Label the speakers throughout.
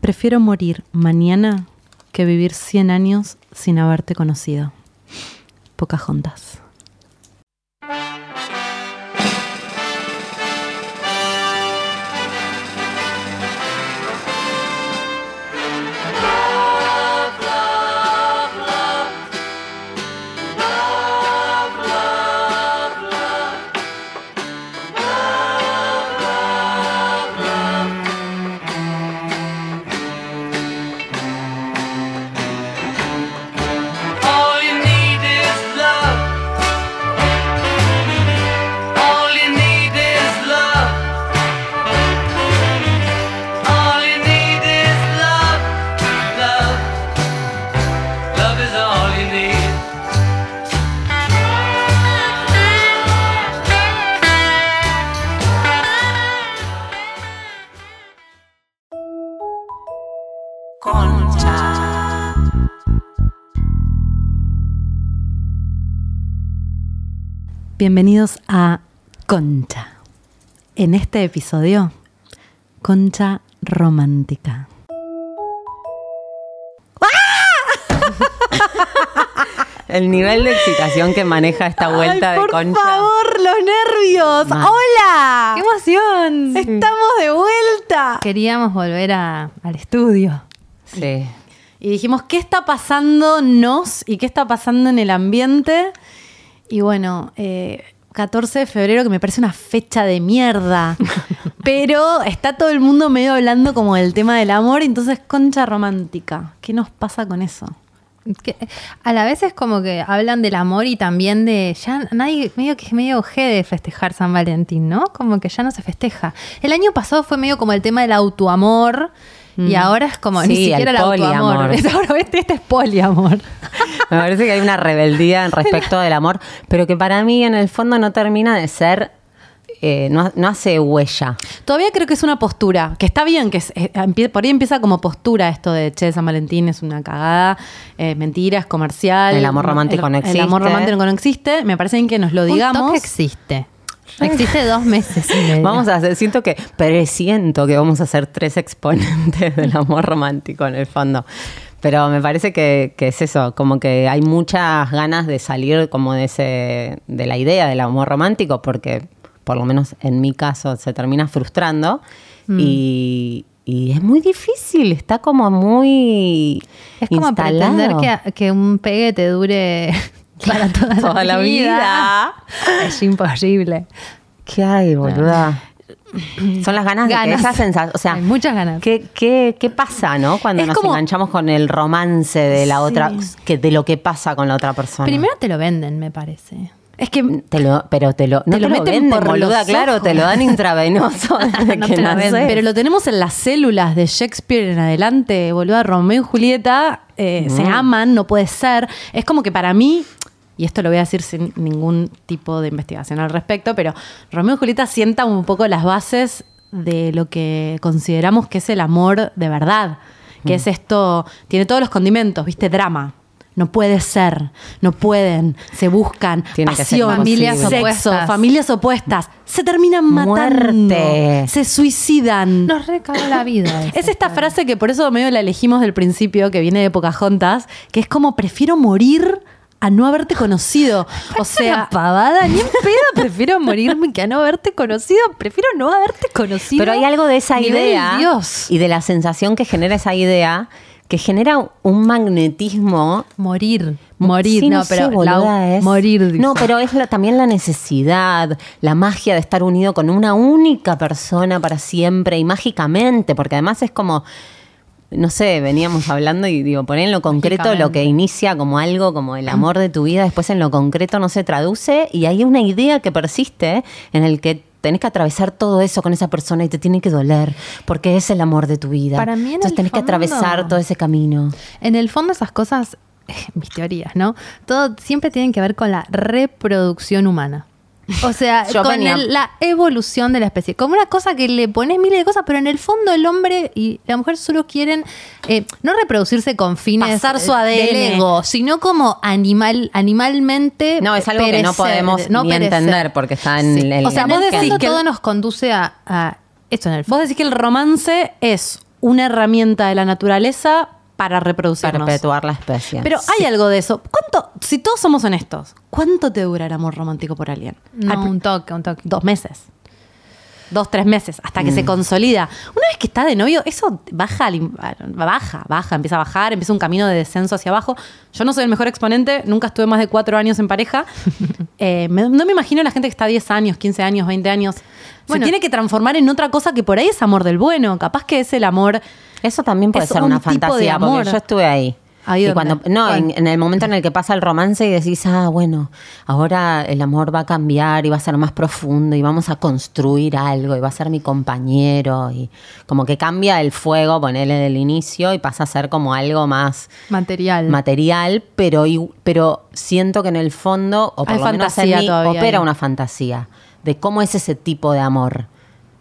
Speaker 1: Prefiero morir mañana que vivir 100 años sin haberte conocido. Pocahontas.
Speaker 2: All you need is love. All you need is love. All you need is love, love. Love is all you need.
Speaker 1: Bienvenidos a Concha. En este episodio, Concha Romántica.
Speaker 3: El nivel de excitación que maneja esta vuelta
Speaker 1: Ay,
Speaker 3: de
Speaker 1: por
Speaker 3: concha.
Speaker 1: favor, los nervios.
Speaker 3: Mal.
Speaker 1: ¡Hola!
Speaker 4: ¡Qué emoción!
Speaker 1: Estamos de vuelta.
Speaker 4: Queríamos volver a- al estudio.
Speaker 3: Sí.
Speaker 1: Y dijimos, ¿qué está pasando nos y qué está pasando en el ambiente? Y bueno, eh, 14 de febrero, que me parece una fecha de mierda. Pero está todo el mundo medio hablando como del tema del amor, entonces concha romántica. ¿Qué nos pasa con eso?
Speaker 4: Que- a la vez es como que hablan del amor y también de ya nadie medio que es medio G de festejar San Valentín, ¿no? Como que ya no se festeja. El año pasado fue medio como el tema del autoamor y ahora es como ni
Speaker 3: Mm. Sí, el
Speaker 4: siquiera el, autoamor.
Speaker 3: poliamor.
Speaker 4: Es- ahora este, este es poliamor.
Speaker 3: Me parece que hay una rebeldía en respecto del amor, pero que para mí en el fondo no termina de ser, eh, no, no hace huella.
Speaker 1: Todavía creo que es una postura, que está bien, que es- eh, empie- por ahí empieza como postura esto de, che, San Valentín es una cagada, eh, mentira, es comercial.
Speaker 3: El amor romántico no
Speaker 1: El amor
Speaker 3: existe.
Speaker 1: romántico no existe, me parece bien que nos lo
Speaker 4: Un
Speaker 1: digamos.
Speaker 4: toque existe. Existe dos meses y medio.
Speaker 3: Vamos a hacer, siento que, presiento que vamos a ser tres exponentes del amor romántico en el fondo. Pero me parece que, que es eso, como que hay muchas ganas de salir como de ese, de la idea del amor romántico, porque por lo menos en mi caso se termina frustrando.
Speaker 4: Mm.
Speaker 3: Y, y es muy difícil, está como muy
Speaker 4: Es como
Speaker 3: instalado.
Speaker 4: pretender que, que un pegue te dure para toda,
Speaker 3: Toda la vida.
Speaker 4: Es imposible.
Speaker 3: ¿Qué hay, boluda? Son las ganas, de que
Speaker 4: Ganas.
Speaker 3: esa sensación. O sea,
Speaker 4: Hay muchas ganas.
Speaker 3: ¿qué, qué, qué pasa, no? Cuando
Speaker 1: Es
Speaker 3: nos
Speaker 1: como-
Speaker 3: enganchamos con el romance de la otra, que de lo que pasa con la otra persona.
Speaker 4: Primero te lo venden, me parece.
Speaker 1: Es que
Speaker 3: te lo, pero te lo,
Speaker 1: lo
Speaker 3: no te lo
Speaker 1: meten
Speaker 3: venden,
Speaker 1: por los
Speaker 3: boluda, claro,
Speaker 1: ojos.
Speaker 3: te lo dan intravenoso. desde
Speaker 4: No
Speaker 3: que
Speaker 4: te lo
Speaker 3: nacés.
Speaker 4: venden,
Speaker 1: Pero lo tenemos en las células de Shakespeare en adelante, boluda. Romeo y Julieta eh,
Speaker 3: Mm.
Speaker 1: se aman, no puede ser. Es como que para mí, y esto lo voy a decir sin ningún tipo de investigación al respecto, pero Romeo y Julieta sientan un poco las bases de lo que consideramos que es el amor de verdad. Que
Speaker 3: Mm.
Speaker 1: es esto, tiene todos los condimentos, ¿viste? Drama. No puede ser, no pueden, se buscan,
Speaker 3: Tiene que ser
Speaker 1: pasión,
Speaker 3: Familias
Speaker 1: sexo,
Speaker 4: imposible. opuestas.
Speaker 1: familias opuestas, se terminan matando,
Speaker 3: Muerte.
Speaker 1: se suicidan.
Speaker 4: Nos recaba la vida.
Speaker 1: es esta frase que por eso medio la elegimos del principio, que viene de Pocahontas, que es como prefiero morir a no haberte conocido. O sea,
Speaker 4: pavada, ni en pedo, prefiero morirme que a no haberte conocido, prefiero no haberte conocido.
Speaker 3: Pero hay algo de esa
Speaker 4: Nivel
Speaker 3: idea
Speaker 4: Dios.
Speaker 3: y de la sensación que genera esa idea, que genera un magnetismo
Speaker 4: Morir, morir,
Speaker 3: Sí,
Speaker 4: no,
Speaker 3: sé,
Speaker 4: pero
Speaker 3: boluda,
Speaker 4: la-
Speaker 3: es-
Speaker 4: morir.
Speaker 3: No,
Speaker 4: dice.
Speaker 3: pero es la- también la necesidad, la magia de estar unido con una única persona para siempre y mágicamente, porque además es como, no sé, veníamos hablando y digo, poner en lo concreto lo que inicia como algo, como el amor de tu vida, después en lo concreto no se traduce y hay una idea que persiste en el que tenés que atravesar todo eso con esa persona y te tiene que doler porque es el amor de tu vida.
Speaker 4: Para mí en
Speaker 3: Entonces
Speaker 4: el
Speaker 3: tenés que
Speaker 4: fondo-
Speaker 3: atravesar todo ese camino.
Speaker 4: En el fondo esas cosas, eh, mis teorías, ¿no? Todo siempre tienen que ver con la reproducción humana. O sea,
Speaker 3: Yo
Speaker 4: con
Speaker 3: venía-
Speaker 4: el- la evolución de la especie. Como una cosa que le pones miles de cosas, pero en el fondo el hombre y la mujer solo quieren eh, no reproducirse con fines
Speaker 1: Pasar su
Speaker 4: eh,
Speaker 1: ADN.
Speaker 4: del ego, sino como animal, animalmente.
Speaker 3: No, es algo que no podemos
Speaker 4: no
Speaker 3: ni
Speaker 4: perecer.
Speaker 3: entender porque está en el-
Speaker 4: O sea,
Speaker 3: en
Speaker 4: vos
Speaker 3: el
Speaker 4: decís
Speaker 3: fondo
Speaker 4: que todo nos conduce a, a esto en el fondo.
Speaker 1: vos decís que el romance es una herramienta de la naturaleza para reproducirnos.
Speaker 3: Perpetuar la especie.
Speaker 1: Pero hay algo de eso. ¿Cuánto, si todos somos honestos, cuánto te dura el amor romántico por alguien? Al
Speaker 4: No,
Speaker 1: pr-
Speaker 4: un toque, un toque.
Speaker 1: dos meses. Dos, tres meses, hasta que se consolida. Una vez que está de novio, eso baja, al in- a- baja, baja, empieza a bajar, empieza un camino de descenso hacia abajo. Yo no soy el mejor exponente, nunca estuve más de cuatro años en pareja. Eh, me- no me imagino la gente que está 10 años, 15 años, 20 años.
Speaker 4: Bueno.
Speaker 1: se tiene que transformar en otra cosa que por ahí es amor del bueno. Capaz que es el amor.
Speaker 3: Eso también puede
Speaker 1: Es
Speaker 3: ser
Speaker 1: un
Speaker 3: una
Speaker 1: tipo de
Speaker 3: fantasía,
Speaker 1: amor.
Speaker 3: porque yo estuve ahí.
Speaker 1: Ahí
Speaker 3: y
Speaker 1: donde-
Speaker 3: cuando, no, en,
Speaker 1: ¿cuál?
Speaker 3: en el momento en el que pasa el romance y decís, ah, bueno, ahora el amor va a cambiar y va a ser más profundo y vamos a construir algo y va a ser mi compañero y como que cambia el fuego, ponele del inicio y pasa a ser como algo más
Speaker 4: Material.
Speaker 3: material, pero, igu- pero siento que en el fondo, o por
Speaker 1: Hay
Speaker 3: lo menos en
Speaker 1: fantasía
Speaker 3: mí,
Speaker 1: todavía
Speaker 3: opera
Speaker 1: ahí.
Speaker 3: una fantasía de cómo es ese tipo de amor.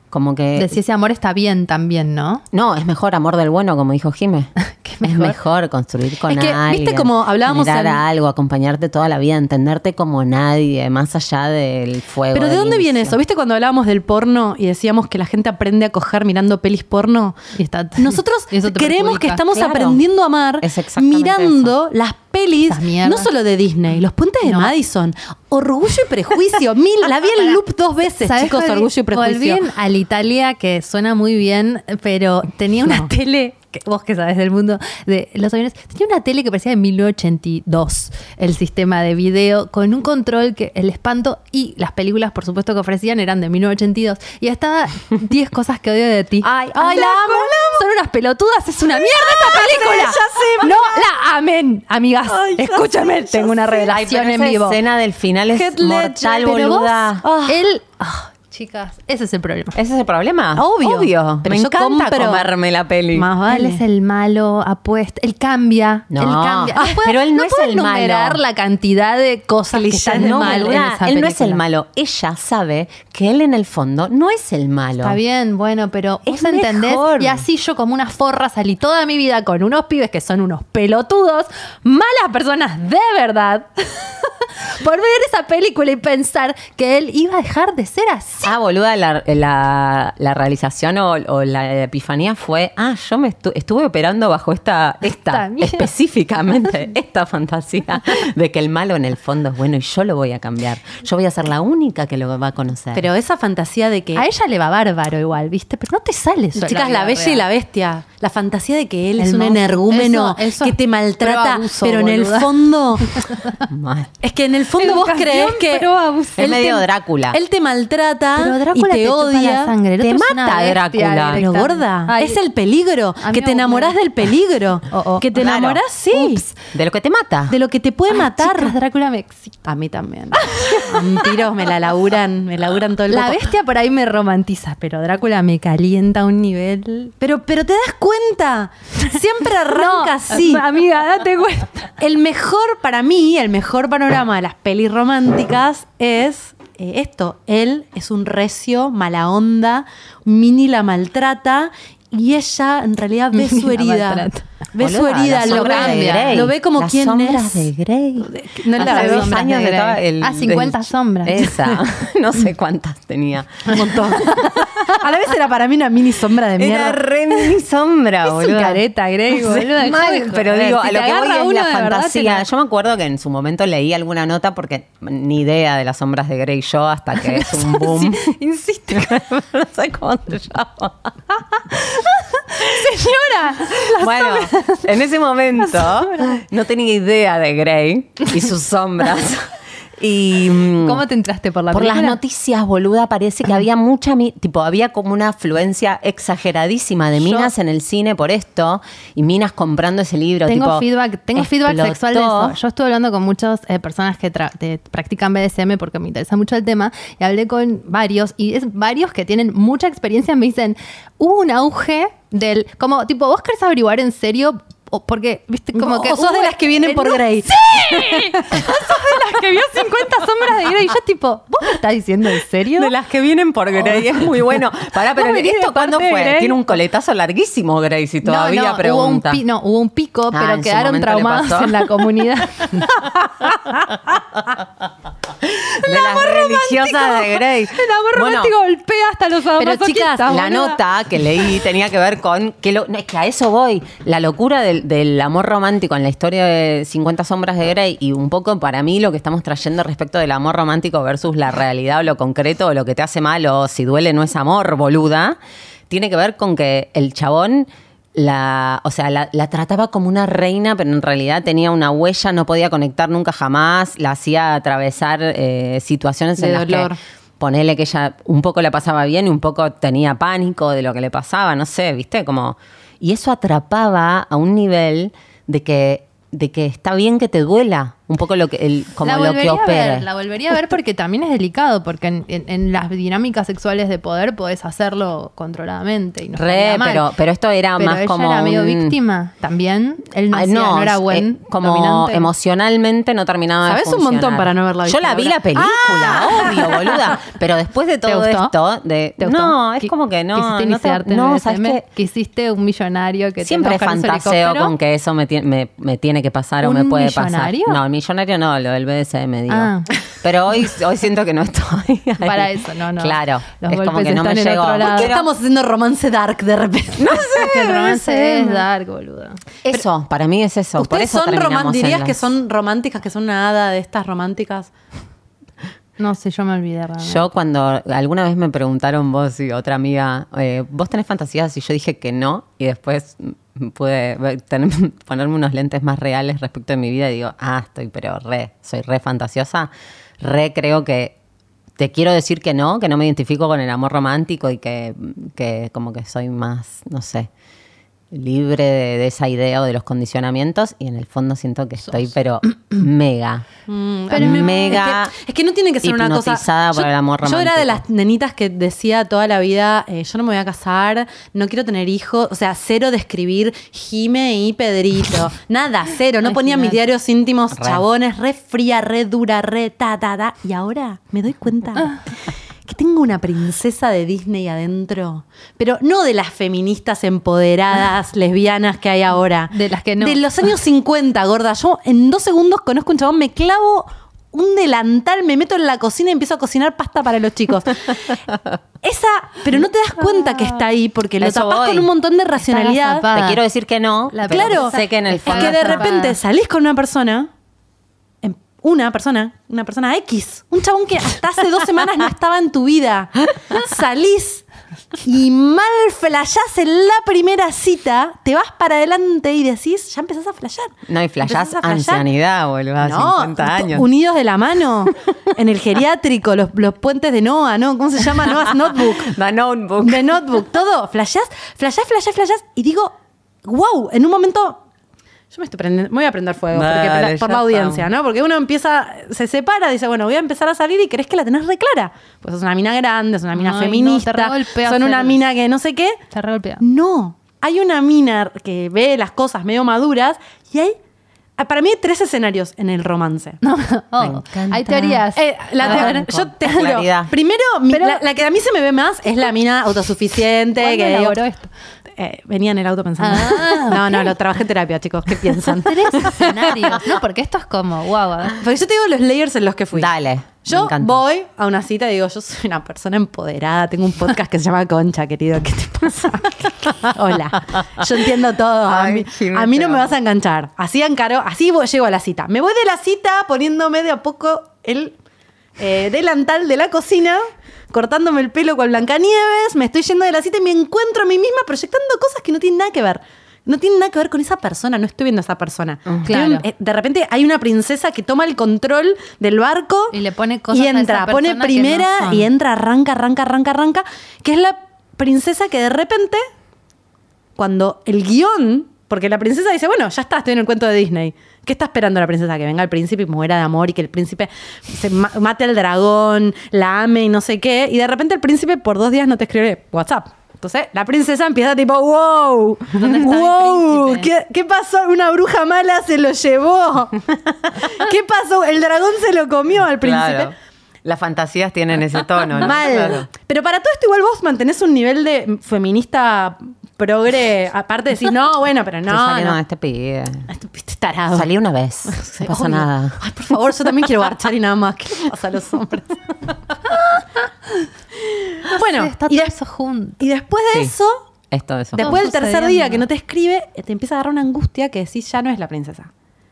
Speaker 3: Como que...
Speaker 1: Eh,
Speaker 4: De si ese amor está bien también, ¿no?
Speaker 3: No, es mejor amor del bueno, como dijo Jimé.
Speaker 4: Qué
Speaker 3: Es
Speaker 4: mejor.
Speaker 3: mejor construir con
Speaker 1: Es que, ¿viste
Speaker 3: alguien.
Speaker 1: como hablábamos
Speaker 3: generar
Speaker 1: en-
Speaker 3: algo, acompañarte toda la vida, entenderte como nadie, más allá del fuego.
Speaker 1: Pero ¿de
Speaker 3: del
Speaker 1: dónde viene
Speaker 3: inicio.
Speaker 1: eso? ¿Viste cuando hablábamos del porno y decíamos que la gente aprende a coger mirando pelis porno?
Speaker 4: Y está-
Speaker 1: Nosotros
Speaker 4: y eso te
Speaker 1: creemos que
Speaker 4: perjudica.
Speaker 1: estamos
Speaker 3: Claro.
Speaker 1: aprendiendo a amar
Speaker 3: Es exactamente
Speaker 1: mirando las pelis,
Speaker 4: Esas mierdas.
Speaker 1: no solo de Disney, Los Puentes de
Speaker 4: No.
Speaker 1: Madison, Orgullo y Prejuicio. Mil, la vi en
Speaker 4: Pará.
Speaker 1: loop dos veces,
Speaker 4: ¿Sabés
Speaker 1: chicos,
Speaker 4: cuál-
Speaker 1: Orgullo y Prejuicio.
Speaker 4: Volví al Italia, que suena muy bien, pero tenía una
Speaker 1: No.
Speaker 4: tele, que vos que sabés del mundo de los aviones, tenía una tele que parecía de 1982, el sistema de video, con un control que el espanto y las películas, por supuesto, que ofrecían eran de 1982. Y estaba 10 cosas que odio de ti.
Speaker 1: Ay, ay, la amo, la amo.
Speaker 4: Son unas pelotudas, es una mierda esta película.
Speaker 1: ya sé,
Speaker 4: no, la amén, amigas. Escúchame, tengo una
Speaker 3: Ay, pero
Speaker 4: revelación en
Speaker 3: esa
Speaker 4: vivo.
Speaker 3: escena del final es
Speaker 1: Heath Ledger,
Speaker 3: mortal,
Speaker 1: pero vos-
Speaker 3: boluda.
Speaker 1: Ah.
Speaker 4: Él. ah, chicas, ese es el problema.
Speaker 3: ¿Ese es el problema?
Speaker 1: Obvio. Pero
Speaker 3: Pero Me
Speaker 1: yo
Speaker 3: encanta
Speaker 1: compro-
Speaker 3: comerme la peli.
Speaker 1: Más
Speaker 4: Él
Speaker 1: vale.
Speaker 4: es el malo, apuesta. Él cambia.
Speaker 3: No.
Speaker 4: él cambia.
Speaker 3: Ah, pero él no es
Speaker 4: puedo
Speaker 3: el malo.
Speaker 4: enumerar la cantidad de cosas que
Speaker 3: Ya
Speaker 4: están de
Speaker 3: no,
Speaker 4: mal en
Speaker 3: boluda,
Speaker 4: esa
Speaker 3: él no es el
Speaker 4: película.
Speaker 3: malo. Ella sabe que él en el fondo no es el malo.
Speaker 4: Está bien, bueno, pero vos
Speaker 3: Es
Speaker 4: entendés.
Speaker 3: mejor.
Speaker 4: Y así yo, como una forra, salí toda mi vida con unos pibes que son unos pelotudos, malas personas de verdad. Por ver esa película y pensar que él iba a dejar de ser así.
Speaker 3: Ah, boluda, la, la- la realización o, o la epifanía fue, ah, yo me estu- estuve operando bajo esta, esta,
Speaker 4: Esta mierda.
Speaker 3: específicamente, esta fantasía de que el malo en el fondo es bueno y yo lo voy a cambiar. Yo voy a ser la única que lo va a conocer.
Speaker 1: Pero esa fantasía de que.
Speaker 4: A ella le va bárbaro igual, ¿viste? Pero no te sale eso. en
Speaker 1: Chicas,
Speaker 4: vida
Speaker 1: la bella y
Speaker 4: real.
Speaker 1: la bestia. La fantasía de que él
Speaker 4: El
Speaker 1: es un
Speaker 4: monstruo.
Speaker 1: energúmeno
Speaker 4: Eso- eso
Speaker 1: que
Speaker 4: es
Speaker 1: te maltrata,
Speaker 4: pro abuso,
Speaker 1: pero en el
Speaker 4: boluda.
Speaker 1: fondo
Speaker 3: Mal.
Speaker 1: Es que en el fondo vos
Speaker 4: Educación
Speaker 1: crees que.
Speaker 4: pro abuso.
Speaker 1: él
Speaker 3: Es medio
Speaker 1: te-
Speaker 3: Drácula.
Speaker 1: Él te maltrata
Speaker 4: Pero Drácula
Speaker 1: y te,
Speaker 4: te chupa
Speaker 1: odia.
Speaker 4: la sangre. El
Speaker 3: Te
Speaker 4: otro es una
Speaker 3: mata
Speaker 4: bestia
Speaker 3: Drácula.
Speaker 1: Pero
Speaker 4: directamente.
Speaker 1: gorda,
Speaker 4: Ay,
Speaker 1: es el peligro.
Speaker 4: a mí
Speaker 1: Que
Speaker 4: me
Speaker 1: te enamorás
Speaker 4: gusta.
Speaker 1: del peligro.
Speaker 4: Oh, oh.
Speaker 1: Que te
Speaker 3: Claro.
Speaker 1: enamorás, sí.
Speaker 3: Ups, de lo que te mata.
Speaker 1: De lo que te puede
Speaker 4: Ay,
Speaker 1: matar.
Speaker 4: chicas, Drácula me excita.
Speaker 1: a mí también. Mentiros, me la laburan, me laburan todo el
Speaker 4: La
Speaker 1: poco.
Speaker 4: bestia por ahí me romantiza, pero Drácula me calienta a un nivel.
Speaker 1: Pero, pero te das cuenta. Siempre arranca así.
Speaker 4: Amiga, date cuenta.
Speaker 1: El mejor, para mí, el mejor panorama de las pelis románticas es eh, esto. Él es un recio, mala onda, Mini la maltrata y ella en realidad ve
Speaker 4: Mini
Speaker 1: su
Speaker 4: la
Speaker 1: herida.
Speaker 4: maltrata.
Speaker 1: Ve
Speaker 3: Boluda,
Speaker 1: su
Speaker 3: la
Speaker 1: herida, lo
Speaker 3: sombra de
Speaker 1: ve,
Speaker 3: Grey.
Speaker 1: lo ve como
Speaker 3: Las
Speaker 1: quién
Speaker 3: sombras
Speaker 1: es.
Speaker 3: de Grey.
Speaker 1: No la
Speaker 3: Hace
Speaker 1: veo.
Speaker 3: dos
Speaker 4: Sombras
Speaker 3: años
Speaker 4: de
Speaker 3: estaba
Speaker 4: Grey.
Speaker 3: el-
Speaker 4: Ah, 50 sombras.
Speaker 3: Esa. No sé cuántas tenía.
Speaker 1: Un montón. A la vez era para mí una mini sombra de
Speaker 3: Era
Speaker 1: mierda.
Speaker 3: re mini sombra,
Speaker 4: Es un
Speaker 3: boluda.
Speaker 4: careta, Grey,
Speaker 3: Sí,
Speaker 4: boluda, dejá
Speaker 3: mal,
Speaker 4: de joder.
Speaker 3: pero digo,
Speaker 4: Si
Speaker 3: a lo
Speaker 4: te
Speaker 3: que voy
Speaker 4: agarra
Speaker 3: es
Speaker 4: uno
Speaker 3: la
Speaker 4: de verdad,
Speaker 3: fantasía.
Speaker 4: te la-
Speaker 3: Yo me acuerdo que en su momento leí alguna nota porque ni idea de las sombras de Grey yo hasta que es un boom. Insisto. no sé cómo te llamo.
Speaker 4: Señora,
Speaker 3: Bueno, en ese momento no tenía idea de Grey y sus sombras. Y, mm,
Speaker 4: ¿cómo te entraste por la
Speaker 3: Por las
Speaker 4: película?
Speaker 3: noticias, boluda, parece
Speaker 4: Ah.
Speaker 3: que había mucha, mi- tipo, había como una afluencia exageradísima de minas en el cine por esto y minas comprando ese libro.
Speaker 4: Tengo
Speaker 3: tipo,
Speaker 4: feedback, tengo feedback
Speaker 3: explotó.
Speaker 4: sexual de eso. Yo estuve hablando con muchas eh, personas que tra- te- practican BDSM porque me interesa mucho el tema y hablé con varios y es varios que tienen mucha experiencia me dicen, hubo un auge del, como tipo, vos querés averiguar en serio o porque, viste, como
Speaker 1: O-
Speaker 4: que.
Speaker 1: o sos de
Speaker 4: "Uy,
Speaker 1: las que vienen
Speaker 4: eh,
Speaker 1: por
Speaker 4: no,
Speaker 1: Grey.
Speaker 4: ¡Sí! sos de las que vio 50 sombras de Grey. Y yo, tipo, ¿vos me estás diciendo en serio?
Speaker 3: De las que vienen
Speaker 4: Oh.
Speaker 3: por Grey, es muy bueno. Pará, pero
Speaker 4: Vos venís
Speaker 3: ¿esto
Speaker 4: de
Speaker 3: cuándo
Speaker 4: parte de
Speaker 3: fue?
Speaker 4: Grey.
Speaker 3: Tiene un coletazo larguísimo Grey, si
Speaker 4: No,
Speaker 3: todavía
Speaker 4: no,
Speaker 3: pregunta.
Speaker 4: Hubo un pi- no, hubo un pico,
Speaker 3: Ah, en
Speaker 4: pero
Speaker 3: su
Speaker 4: quedaron
Speaker 3: momento le
Speaker 4: traumados
Speaker 3: pasó.
Speaker 4: en la comunidad.
Speaker 3: de las religiosas de Grey.
Speaker 4: El amor
Speaker 3: Bueno,
Speaker 4: romántico golpea hasta los
Speaker 1: Pero, chicas,
Speaker 4: sadomasoquistas,
Speaker 1: Está
Speaker 3: La
Speaker 4: boluda.
Speaker 3: nota que leí tenía que ver con. Que lo- no, es que a eso voy. La locura del, del amor romántico en la historia de 50 Sombras de Grey y un poco para mí lo que estamos trayendo respecto del amor romántico versus la realidad o lo concreto o lo que te hace mal o si duele no es amor, boluda. Tiene que ver con que el chabón. La, o sea, la, la trataba como una reina, pero en realidad tenía una huella, no podía conectar nunca jamás, la hacía atravesar eh, situaciones
Speaker 1: De
Speaker 3: en las que-
Speaker 1: dolor.
Speaker 3: ponele que ella un poco la pasaba bien y un poco tenía pánico de lo que le pasaba, no sé, ¿viste? Como y eso atrapaba a un nivel de que de que está bien que te duela, un poco lo que el, como
Speaker 4: la
Speaker 3: lo que
Speaker 4: volvería a
Speaker 3: opere.
Speaker 4: ver, la volvería a ver porque también es delicado, porque en, en- en las dinámicas sexuales de poder podés hacerlo controladamente. Y no
Speaker 3: Re,
Speaker 4: estaría mal.
Speaker 3: pero pero esto era
Speaker 4: Pero
Speaker 3: más
Speaker 4: ella
Speaker 3: como
Speaker 4: era medio
Speaker 3: un-
Speaker 4: víctima también. Él no,
Speaker 3: Ah,
Speaker 4: hacía- no, era
Speaker 3: eh,
Speaker 4: buen
Speaker 3: como
Speaker 4: dominante.
Speaker 3: emocionalmente no terminaba de
Speaker 1: Sabes un montón
Speaker 3: funcionar.
Speaker 1: para no haberla
Speaker 3: Yo
Speaker 1: visto,
Speaker 3: la vi
Speaker 1: Laura.
Speaker 3: la película, obvio, boluda. Pero después de todo
Speaker 4: Ah. gustó?
Speaker 3: esto, de
Speaker 4: ¿Te gustó?
Speaker 3: no, es
Speaker 4: Qui-
Speaker 3: como que no,
Speaker 4: Quisiste
Speaker 3: no, te-
Speaker 4: iniciarte
Speaker 3: no,
Speaker 4: en
Speaker 3: sabes
Speaker 4: BDSM?
Speaker 3: que
Speaker 4: Quisiste un millonario que
Speaker 3: Siempre
Speaker 4: tenga hojas en su
Speaker 3: fantaseo
Speaker 4: helicóptero?
Speaker 3: con que eso me, tie- me- me tiene que pasar o
Speaker 4: ¿Un
Speaker 3: me puede pasar.
Speaker 4: millonario?
Speaker 3: No, el millonario no, lo del BDSM, digo.
Speaker 4: Ah.
Speaker 3: Pero hoy, hoy siento que no estoy. ahí.
Speaker 4: Para eso, no, no.
Speaker 3: Claro,
Speaker 4: Los
Speaker 3: es como
Speaker 4: golpes
Speaker 3: que no me
Speaker 4: están en
Speaker 3: llegó.
Speaker 4: otro lado.
Speaker 1: ¿Por qué estamos haciendo romance dark de repente? No sé.
Speaker 4: Que el romance
Speaker 1: BDSM.
Speaker 4: es dark, boludo.
Speaker 3: Eso, para mí es eso. Por
Speaker 1: ¿Ustedes
Speaker 3: eso
Speaker 1: son
Speaker 3: terminamos
Speaker 1: románticas?
Speaker 3: en
Speaker 1: ¿Dirías
Speaker 3: las-
Speaker 1: que son románticas, que son una hada de estas románticas?
Speaker 4: No sé, yo me olvidé. realmente.
Speaker 3: Yo cuando alguna vez me preguntaron vos y otra amiga, eh, ¿vos tenés fantasías? Y yo dije que no, y después mm, pude ver- tener- ponerme unos lentes más reales respecto de mi vida y digo, ah, estoy pero re, soy re fantasiosa, re creo que te quiero decir que no, que no me identifico con el amor romántico y que, que como que soy más, no sé, libre de, de esa idea o de los condicionamientos y en el fondo siento que estoy pero mega,
Speaker 1: Pero me-
Speaker 3: mega.
Speaker 1: Es que, es que no tiene que ser una cosa.
Speaker 3: hipnotizada por el amor
Speaker 1: yo era de
Speaker 3: romántico.
Speaker 1: las nenitas que decía toda la vida: eh, Yo no me voy a casar, no quiero tener hijos. O sea, cero de escribir Jime y Pedrito. Nada, cero. No ponía mis diarios íntimos
Speaker 3: Re.
Speaker 1: chabones, re fría, re dura, re ta, ta, ta. Y ahora me doy
Speaker 3: Ah.
Speaker 1: cuenta. Que tengo una princesa de Disney adentro, pero no de las feministas empoderadas lesbianas que hay ahora.
Speaker 4: De las que no.
Speaker 1: De los años 50, gorda. Yo en dos segundos conozco un chabón, me clavo un delantal, me meto en la cocina y empiezo a cocinar pasta para los chicos. Esa, pero no te das cuenta que está ahí porque lo
Speaker 3: Eso
Speaker 1: tapás
Speaker 3: voy.
Speaker 1: con un montón de
Speaker 4: zapada.
Speaker 1: racionalidad.
Speaker 3: Te quiero decir que no.
Speaker 4: La-
Speaker 3: pero
Speaker 1: claro,
Speaker 3: Sé que en el
Speaker 1: es
Speaker 3: fondo.
Speaker 1: que de
Speaker 4: está
Speaker 1: repente
Speaker 4: tapada.
Speaker 1: salís con una persona, em- una persona, una persona X, un chabón que hasta hace dos semanas no estaba en tu vida. Salís y mal flashás en la primera cita, te vas para adelante y decís, ya empezás a flashear.
Speaker 3: No, y flashás
Speaker 1: Empezás a flashear.
Speaker 3: ancianidad, boludo, a
Speaker 1: No,
Speaker 3: 50
Speaker 1: to-
Speaker 3: años.
Speaker 1: unidos de la mano, en el geriátrico, los, los puentes de Noah, ¿no? ¿Cómo se llama? Noah's Notebook.
Speaker 3: The Notebook.
Speaker 1: De Notebook, todo. Flashás, flashás, flashás, flashás. Y digo, wow, en un momento. Yo me estoy prendiendo, me voy a prender fuego porque
Speaker 3: Dale,
Speaker 1: por la- por
Speaker 3: ya
Speaker 1: la audiencia,
Speaker 3: estamos.
Speaker 1: ¿no? Porque uno empieza, se separa, dice, bueno, voy a empezar a salir y crees que la tenés re clara. Pues es una mina grande, es una mina
Speaker 4: Ay, no, te
Speaker 1: feminista,
Speaker 4: regolpeas
Speaker 1: son una
Speaker 4: el-
Speaker 1: mina que no sé qué.
Speaker 4: Está re golpeado.
Speaker 1: No, hay una mina que ve las cosas medio maduras y hay, ah, para mí hay tres escenarios en el romance.
Speaker 4: Oh,
Speaker 3: encanta.
Speaker 4: hay teorías.
Speaker 1: Eh, la
Speaker 4: A
Speaker 1: te-
Speaker 4: ver.
Speaker 1: yo te juro.
Speaker 3: Claridad.
Speaker 1: Primero, mi-
Speaker 4: Pero-
Speaker 1: la, la que a mí se me ve más es la mina autosuficiente.
Speaker 4: ¿Cuándo
Speaker 1: que digo-
Speaker 4: elaboró esto?
Speaker 1: Eh, venía en el auto pensando.
Speaker 4: Ah,
Speaker 1: no, no, lo trabajé en terapia, chicos. ¿Qué piensan?
Speaker 4: Tres escenarios. No, porque esto es como, wow.
Speaker 1: Porque yo te digo los layers en los que fui.
Speaker 3: Dale. me
Speaker 1: Yo
Speaker 3: encanta.
Speaker 1: voy a una cita y digo, yo soy una persona empoderada, tengo un podcast que se llama Concha, querido, ¿qué te pasa? Hola, yo entiendo todo, a
Speaker 3: Ay,
Speaker 1: mí,
Speaker 3: Jimé,
Speaker 1: a mí
Speaker 3: te
Speaker 1: no me
Speaker 3: amo.
Speaker 1: vas a enganchar, así encaro, así voy- llego a la cita. Me voy de la cita poniéndome de a poco el eh, delantal de la cocina, cortándome el pelo con Blancanieves, me estoy yendo de la cita y me encuentro a mí misma proyectando cosas que no tienen nada que ver. No tienen nada que ver con esa persona, no estoy viendo a esa persona.
Speaker 3: Oh,
Speaker 1: Estoy
Speaker 4: Claro.
Speaker 1: en- eh, de repente hay una princesa que toma el control del barco
Speaker 4: Y le pone cosas
Speaker 1: y
Speaker 4: a esa
Speaker 1: entra, pone
Speaker 4: persona que
Speaker 1: primera
Speaker 4: no son.
Speaker 1: y entra, arranca, arranca, arranca, arranca, que es la princesa que de repente, cuando el guión, porque la princesa dice, bueno, ya está, estoy en el cuento de Disney. ¿Qué está esperando la princesa? Que venga el príncipe y muera de amor y que el príncipe se ma- mate al dragón, la ame y no sé qué. Y de repente el príncipe por dos días no te escribe WhatsApp. Entonces la princesa empieza tipo, wow,
Speaker 4: ¿Dónde está mi
Speaker 1: wow,
Speaker 4: príncipe?
Speaker 1: ¿qué, qué pasó? Una bruja mala se lo llevó. ¿Qué pasó? El dragón se lo comió al príncipe.
Speaker 3: Claro. Las fantasías tienen ese tono, ¿no?
Speaker 1: Mal.
Speaker 3: Claro.
Speaker 1: Pero para todo esto igual vos mantenés un nivel de feminista progre, aparte de decir, no, bueno, pero
Speaker 3: Estoy
Speaker 1: no,
Speaker 3: saliendo
Speaker 1: no.
Speaker 3: con este pibe.
Speaker 1: Este tarado.
Speaker 3: Salí una vez.
Speaker 1: Sí,
Speaker 3: No pasa
Speaker 1: obvio.
Speaker 3: nada.
Speaker 1: Ay, por favor, yo también quiero barchar y nada más. ¿Qué le pasa a los hombres? bueno,
Speaker 4: Está
Speaker 1: y,
Speaker 4: todo
Speaker 1: de-
Speaker 4: eso junto.
Speaker 1: y después de
Speaker 3: Sí.
Speaker 1: eso,
Speaker 3: Esto, eso.
Speaker 1: después del tercer día
Speaker 4: sucediendo.
Speaker 1: que no te escribe, te empieza a agarrar una angustia que decís, ya no es la princesa.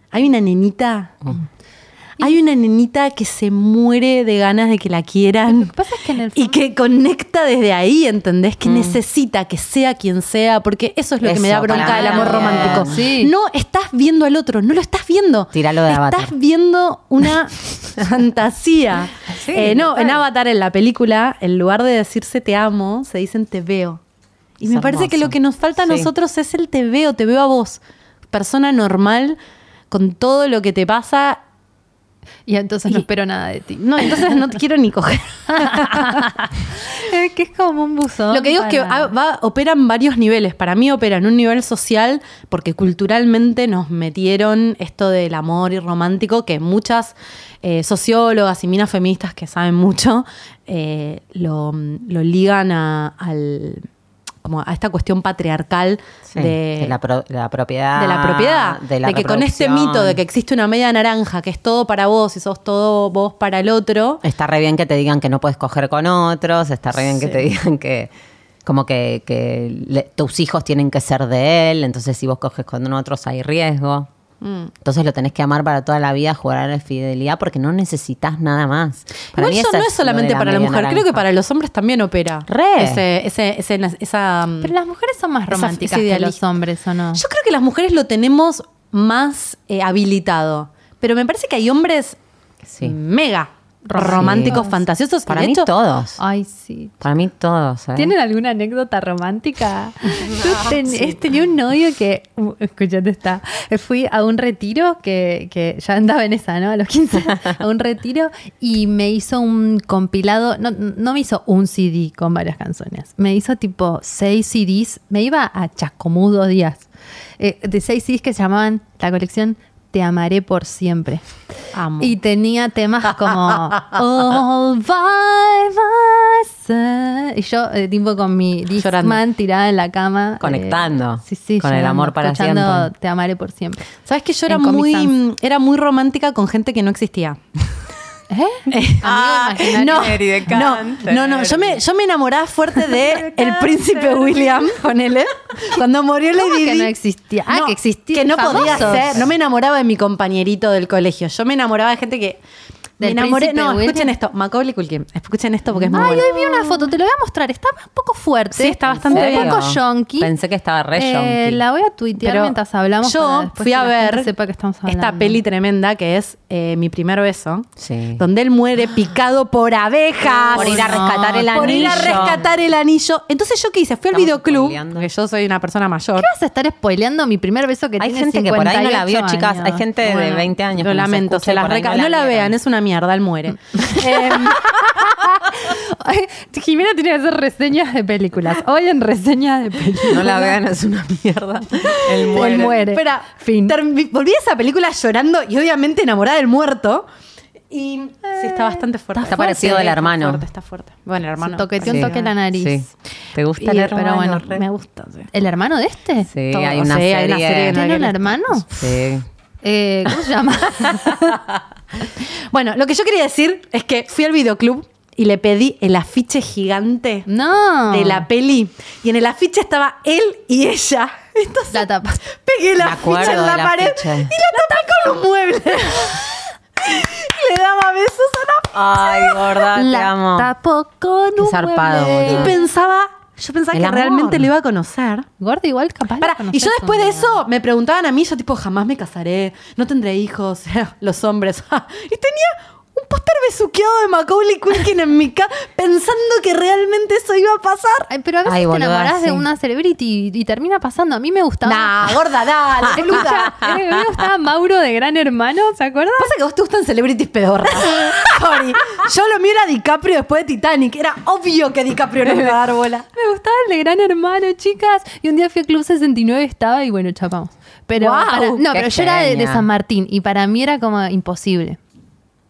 Speaker 1: Hay una nenita.
Speaker 3: Mm,
Speaker 1: Hay una nenita que se muere de ganas de que la quieran.
Speaker 4: Lo que pasa es que en el
Speaker 1: Y
Speaker 4: fondo- Mm.
Speaker 1: que conecta desde ahí, ¿entendés? Que necesita que sea quien sea, porque eso es lo que me da
Speaker 3: Eso,
Speaker 1: bronca
Speaker 3: para
Speaker 1: del
Speaker 3: mí
Speaker 1: amor
Speaker 3: también.
Speaker 1: romántico.
Speaker 4: Sí.
Speaker 1: No estás viendo al otro, no lo estás viendo.
Speaker 3: Tíralo de
Speaker 1: estás
Speaker 3: Avatar.
Speaker 1: viendo una fantasía.
Speaker 4: Sí,
Speaker 1: Eh, no, en
Speaker 4: total.
Speaker 1: Avatar, en la película, en lugar de decirse te amo, se dicen te veo. Y
Speaker 3: Es
Speaker 1: me parece que
Speaker 3: hermoso.
Speaker 1: lo que nos falta a
Speaker 3: Sí.
Speaker 1: nosotros es el te veo, te veo a vos, persona normal, con todo lo que te pasa.
Speaker 4: Y entonces no espero nada de ti.
Speaker 1: No, entonces no te quiero ni coger.
Speaker 4: Es que es como un buzón.
Speaker 1: Lo que digo es que
Speaker 4: para-
Speaker 1: ah, va- operan varios niveles. Para mí operan un nivel social porque culturalmente nos metieron esto del amor y romántico que muchas eh, sociólogas y minas feministas que saben mucho eh, lo, lo ligan a, al- como a esta cuestión patriarcal
Speaker 3: Sí,
Speaker 1: de,
Speaker 3: la, pro- la propiedad.
Speaker 1: de la propiedad.
Speaker 3: De,
Speaker 1: De,
Speaker 3: la
Speaker 1: que con este
Speaker 3: reproducción.
Speaker 1: mito de que existe una media naranja que es todo para vos y sos todo vos para el otro.
Speaker 3: Está re bien que te digan que no puedes coger con otros, está re bien que te digan que como que, que le- tus hijos tienen que ser de él, entonces si vos coges con otros hay riesgo.
Speaker 1: Mm.
Speaker 3: Entonces lo tenés que amar para toda la vida, jugar a la fidelidad, porque no necesitas nada más. Para
Speaker 1: Igual
Speaker 3: mí
Speaker 1: eso
Speaker 3: esa
Speaker 1: no es
Speaker 3: lo
Speaker 1: solamente
Speaker 3: de
Speaker 1: para la
Speaker 3: media
Speaker 1: mujer, creo que
Speaker 3: naranja.
Speaker 1: para los hombres también opera.
Speaker 3: Re.
Speaker 1: Ese- ese- ese- esa, um,
Speaker 4: Pero las mujeres son más
Speaker 1: Esa-
Speaker 4: románticas
Speaker 1: ese
Speaker 4: que
Speaker 1: idealismo.
Speaker 4: los hombres, ¿o no?
Speaker 1: Yo creo que las mujeres lo tenemos más eh, habilitado, pero me parece que hay hombres
Speaker 3: Sí.
Speaker 1: mega
Speaker 3: Románticos.
Speaker 1: románticos, fantasiosos. y
Speaker 3: Para
Speaker 1: de
Speaker 3: mí
Speaker 1: hecho, ah,
Speaker 3: todos.
Speaker 4: Ay, sí.
Speaker 3: Para mí todos. ¿eh?
Speaker 4: ¿Tienen alguna anécdota romántica? Yo ten- es- tenía un novio que, uh, escúchate esta, fui a un retiro que, que ya andaba en esa, ¿no? A los 15, a un retiro y me hizo un compilado, no, no me hizo un CD con varias canciones, me hizo tipo seis CDs, me iba a Chascomú dos días, eh, de seis CDs que se llamaban la colección Te amaré por siempre.
Speaker 1: amo.
Speaker 4: Y tenía temas como All by myself. Y yo, eh, tipo, con mi Discman
Speaker 1: Llorando.
Speaker 4: tirada en la cama. eh,
Speaker 3: Conectando
Speaker 4: sí, sí,
Speaker 3: con el amor para
Speaker 4: escuchando
Speaker 3: siempre.
Speaker 4: Te amaré por siempre.
Speaker 1: Sabes que yo era
Speaker 4: En Comic
Speaker 1: muy,
Speaker 4: Sans.
Speaker 1: era muy romántica con gente que no existía.
Speaker 4: ¿Eh? Amigo imaginario.
Speaker 1: Ah, no,
Speaker 3: Mary de
Speaker 1: no,
Speaker 3: Canter.
Speaker 1: no, no, yo me, yo me enamoraba fuerte de el príncipe William, ponele, cuando murió
Speaker 4: ¿Cómo
Speaker 1: Lady
Speaker 4: que
Speaker 1: Di.
Speaker 4: no existía? Ah, que existía,
Speaker 1: Que no podía
Speaker 4: famosos.
Speaker 1: ser, no me enamoraba de mi compañerito del colegio, yo me enamoraba de gente que... Me
Speaker 4: ¿Del
Speaker 1: enamoré,
Speaker 4: príncipe
Speaker 1: no,
Speaker 4: William?
Speaker 1: escuchen esto, Macaulay Culkin, escuchen esto porque es muy
Speaker 4: Ay,
Speaker 1: bueno.
Speaker 4: hoy vi una foto, te lo voy a mostrar. Está un poco fuerte.
Speaker 1: Sí, está bastante
Speaker 4: Un
Speaker 1: bien.
Speaker 4: poco yonky.
Speaker 3: Pensé que estaba re
Speaker 4: Eh,
Speaker 3: yonky.
Speaker 4: La voy a tuitear
Speaker 1: Pero
Speaker 4: mientras hablamos. para
Speaker 1: yo
Speaker 4: después
Speaker 1: fui
Speaker 4: que
Speaker 1: a
Speaker 4: la gente
Speaker 1: ver
Speaker 4: sepa que estamos
Speaker 1: esta
Speaker 4: hablando.
Speaker 1: peli tremenda que es eh, Mi primer beso,
Speaker 3: Sí.
Speaker 1: donde él muere picado por abejas.
Speaker 3: Por ir a rescatar el
Speaker 1: Por ir a
Speaker 3: anillo.
Speaker 1: rescatar el anillo. Entonces yo qué hice, fui al
Speaker 3: Estamos
Speaker 1: videoclub,
Speaker 3: spoileando.
Speaker 1: porque yo soy una persona mayor.
Speaker 4: ¿Qué vas a estar spoileando mi primer beso que
Speaker 3: Hay
Speaker 4: tiene
Speaker 3: gente que por ahí no la vio,
Speaker 4: 58
Speaker 3: chicas. Hay
Speaker 4: años?
Speaker 3: gente de
Speaker 1: Bueno,
Speaker 3: 20
Speaker 4: este
Speaker 3: años.
Speaker 1: Lo
Speaker 3: que nos
Speaker 1: lamento,
Speaker 3: escucha
Speaker 1: se
Speaker 3: y
Speaker 1: las
Speaker 3: por ahí
Speaker 1: reca- No la,
Speaker 3: vieron.
Speaker 1: vean, es una mierda, él muere. Em,
Speaker 4: Ay, Jimena tiene que hacer reseñas de películas. Hoy en reseñas de películas.
Speaker 3: No la vean, es una mierda. El muere.
Speaker 4: Él muere.
Speaker 1: Espera,
Speaker 4: Fin.
Speaker 1: termi- volví a esa película llorando y obviamente enamorada del muerto. Y sí, está bastante fuerte.
Speaker 3: Está parecido
Speaker 1: Fuerte,
Speaker 3: del
Speaker 1: está
Speaker 3: hermano.
Speaker 1: fuerte, está fuerte. Bueno, el hermano.
Speaker 4: Toqueteó un
Speaker 1: sí.
Speaker 4: toque la nariz.
Speaker 3: Sí. ¿Te gusta
Speaker 1: Y-
Speaker 3: el hermano?
Speaker 1: pero bueno,
Speaker 3: Re.
Speaker 1: me gusta. sí.
Speaker 4: ¿El hermano de este?
Speaker 3: Sí,
Speaker 1: Todo,
Speaker 3: hay una
Speaker 1: sí,
Speaker 3: serie.
Speaker 1: hay una serie que no
Speaker 4: ¿Tiene
Speaker 1: Ay,
Speaker 4: un
Speaker 1: no.
Speaker 4: hermano?
Speaker 3: Sí.
Speaker 4: Eh, ¿Cómo se llama?
Speaker 1: Bueno, lo que yo quería decir es que fui al videoclub y le pedí el afiche gigante
Speaker 4: no.
Speaker 1: de la peli. Y en el afiche estaba él y ella. Entonces
Speaker 4: La tapa.
Speaker 1: pegué la
Speaker 3: acuerdo
Speaker 1: ficha en
Speaker 3: del
Speaker 1: la pared
Speaker 3: afiche.
Speaker 1: y la tapé con un mueble. Y le daba besos a
Speaker 3: Ay, gorda, Ah, te
Speaker 4: La
Speaker 3: amo.
Speaker 4: tapó con
Speaker 3: Qué
Speaker 4: un
Speaker 3: zarpado,
Speaker 4: mueble.
Speaker 1: la...
Speaker 3: boludo.
Speaker 1: Y pensaba, yo pensaba
Speaker 3: El
Speaker 1: que
Speaker 3: amor.
Speaker 1: realmente le iba a conocer.
Speaker 4: Gordo igual capaz.
Speaker 1: Pará,
Speaker 4: la conoces
Speaker 1: y yo después
Speaker 4: un
Speaker 1: de
Speaker 4: día.
Speaker 1: eso me preguntaban eh, a mí, yo tipo, jamás me casaré, no tendré hijos, los hombres. y tenía un post estar besuqueado de Macaulay Culkin en mi casa pensando que realmente eso iba a pasar.
Speaker 4: Ay, pero a veces
Speaker 3: Ay,
Speaker 4: te
Speaker 3: boluda,
Speaker 4: enamorás de
Speaker 3: sí.
Speaker 4: una celebrity y, y termina pasando. A mí me gustaba.
Speaker 1: Nah, gorda, dale, boluda.
Speaker 4: Escucha, a mí me gustaba Mauro de Gran Hermano, ¿se acuerdan?
Speaker 1: Pasa que a vos te gustan celebrities pedorras. Sorry. Yo lo miro a DiCaprio después de Titanic. Era obvio que DiCaprio no me iba a dar bola.
Speaker 4: Me gustaba el de Gran Hermano, chicas. Y un día fui a Club 69, estaba y bueno, chapamos. Pero
Speaker 1: Guau,
Speaker 4: para- no,
Speaker 3: qué
Speaker 4: pero yo era de, de
Speaker 3: genia.
Speaker 4: San Martín y para mí era como imposible.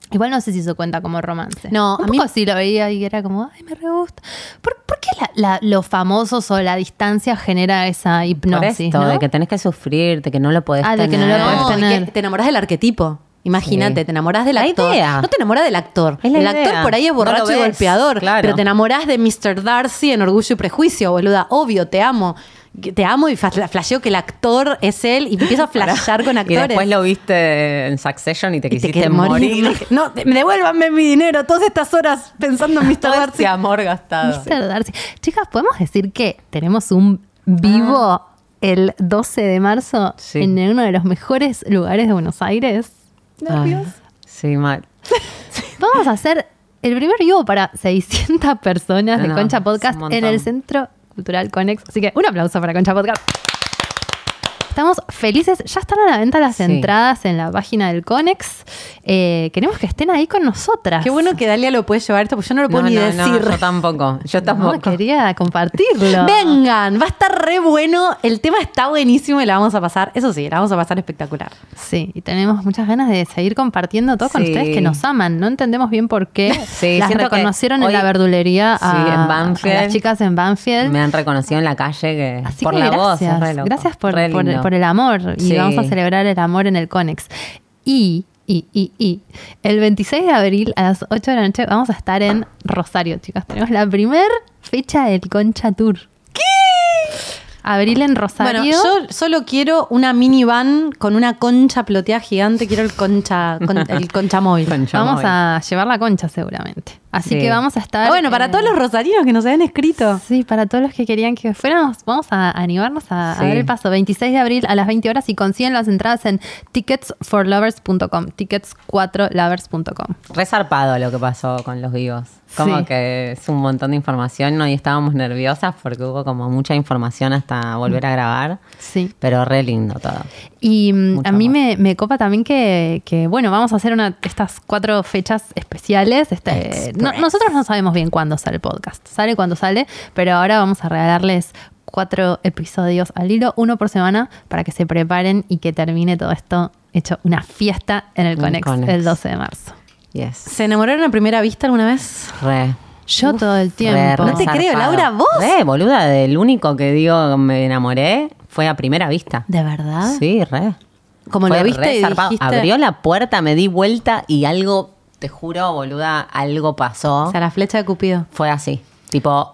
Speaker 4: Igual no sé si eso cuenta como romance.
Speaker 1: No,
Speaker 4: un
Speaker 1: a mí-
Speaker 4: poco sí lo veía y era como, ay, me re gusta. ¿Por, por qué la- la- los famosos o la distancia genera esa
Speaker 3: Por
Speaker 4: hipnosis?
Speaker 3: esto,
Speaker 4: ¿no?
Speaker 3: de que tenés que sufrir, de que no lo podés
Speaker 4: Ah,
Speaker 3: tener.
Speaker 4: de que no lo podés
Speaker 1: No,
Speaker 4: puedes
Speaker 1: y
Speaker 4: tener.
Speaker 1: que te enamorás del arquetipo. Imagínate,
Speaker 3: Sí.
Speaker 1: te enamorás del
Speaker 3: La
Speaker 1: actor.
Speaker 3: idea.
Speaker 1: No te enamorás del actor.
Speaker 3: Es la
Speaker 1: el actor
Speaker 3: idea.
Speaker 1: por ahí es
Speaker 3: No lo
Speaker 1: borracho y
Speaker 3: ves,
Speaker 1: golpeador.
Speaker 3: claro.
Speaker 1: Pero te enamorás de Mr. Darcy en Orgullo y Prejuicio, boluda. Obvio, te amo. Que Te amo y fa- flasheo que el actor es él y empiezo a flashear con
Speaker 3: Y
Speaker 1: actores.
Speaker 3: después lo viste en Succession y te
Speaker 1: Y te
Speaker 3: quisiste
Speaker 1: querés
Speaker 3: morir.
Speaker 1: morir. No, de- devuélvanme mi dinero. Todas estas horas pensando en Mr.
Speaker 3: Todo
Speaker 1: Darcy.
Speaker 3: este amor gastado.
Speaker 4: Mr. Darcy. Chicas, ¿podemos decir que tenemos un vivo el 12 de marzo
Speaker 3: Ah. Sí.
Speaker 4: en uno de los mejores lugares de Buenos Aires?
Speaker 3: Ay, sí, mal.
Speaker 4: Vamos a hacer el primer vivo para 600 personas de
Speaker 3: No,
Speaker 4: Concha
Speaker 3: es
Speaker 4: Podcast
Speaker 3: un montón.
Speaker 4: en el Centro Cultural Conex. Así que un aplauso para Concha Podcast. Estamos felices. Ya están a la venta las
Speaker 3: Sí.
Speaker 4: entradas en la página del Conex. Eh, queremos que estén ahí con nosotras.
Speaker 1: Qué bueno que Dalia lo puede llevar esto, porque yo no lo puedo
Speaker 3: No,
Speaker 1: ni
Speaker 3: no, no,
Speaker 1: decir.
Speaker 3: yo tampoco. Yo
Speaker 4: No,
Speaker 3: tampoco.
Speaker 4: quería compartirlo.
Speaker 1: Vengan, va a estar re bueno. El tema está buenísimo y la vamos a pasar. Eso sí, la vamos a pasar espectacular.
Speaker 4: Sí, y tenemos muchas ganas de seguir compartiendo todo con
Speaker 3: Sí.
Speaker 4: ustedes que nos aman. No entendemos bien por qué
Speaker 3: Sí,
Speaker 4: las
Speaker 3: siento que
Speaker 4: reconocieron en
Speaker 3: hoy-
Speaker 4: la verdulería a,
Speaker 3: Sí, en Banfield.
Speaker 4: a las chicas en Banfield.
Speaker 3: Me han reconocido en la calle que
Speaker 4: Así
Speaker 3: por
Speaker 4: que
Speaker 3: la voz.
Speaker 4: gracias,
Speaker 3: es re loco.
Speaker 4: gracias por,
Speaker 3: Re
Speaker 4: por-
Speaker 3: lindo.
Speaker 4: por el amor y
Speaker 3: Sí.
Speaker 4: vamos a celebrar el amor en el Conex. Y, y, y, y, el 26 de abril a las 8 de la noche vamos a estar en Rosario, chicas. Tenemos la primer fecha del Concha Tour. ¿Qué? Abril en Rosario.
Speaker 1: Bueno, yo solo quiero una minivan con una concha ploteada gigante. Quiero el concha, con- el concha móvil.
Speaker 3: Concha
Speaker 4: Vamos
Speaker 3: móvil.
Speaker 4: a llevar la concha seguramente. Así
Speaker 3: Sí.
Speaker 4: que vamos a estar.
Speaker 1: Ah, bueno, para
Speaker 4: eh,
Speaker 1: todos los rosarinos que nos hayan escrito.
Speaker 4: Sí, para todos los que querían que fuéramos, vamos a animarnos a, a
Speaker 3: Sí.
Speaker 4: dar el paso. 26 de abril a las 20 horas y consiguen las entradas en ticketsforlovers.com, tickets4lovers.com.
Speaker 3: Re zarpado lo que pasó con los vivos. Como
Speaker 4: Sí.
Speaker 3: que es un montón de información, ¿no? Y estábamos nerviosas porque hubo como mucha información hasta volver
Speaker 1: Mm.
Speaker 3: a grabar.
Speaker 4: Sí.
Speaker 3: Pero re lindo todo.
Speaker 4: Y mm,
Speaker 3: Mucho
Speaker 4: a mí
Speaker 3: amor.
Speaker 4: me, me copa también que, que, bueno, vamos a hacer una, estas cuatro fechas especiales. Este, no-
Speaker 3: Express.
Speaker 4: nosotros no sabemos bien cuándo sale el podcast. Sale cuando sale, pero ahora vamos a regalarles cuatro episodios al hilo, uno por semana, para que se preparen y que termine todo esto hecho una fiesta en el
Speaker 3: En
Speaker 4: Conex,
Speaker 3: Conex.
Speaker 4: el 12 de marzo.
Speaker 3: Yes.
Speaker 1: ¿Se enamoraron a primera vista alguna vez?
Speaker 3: Re.
Speaker 4: Yo todo el
Speaker 3: re,
Speaker 4: tiempo.
Speaker 1: No te
Speaker 3: zarpado.
Speaker 1: creo, Laura, ¿vos?
Speaker 3: Re, boluda, del único que digo me enamoré fue a primera vista.
Speaker 1: ¿De verdad?
Speaker 3: Sí, re.
Speaker 1: Ah. Como
Speaker 3: Fue
Speaker 1: lo
Speaker 3: re
Speaker 1: viste y
Speaker 3: zarpado.
Speaker 1: dijiste...
Speaker 3: Abrió la puerta, me di vuelta y algo, te juro, boluda, algo pasó.
Speaker 1: O sea, la flecha de Cupido.
Speaker 3: Fue así, tipo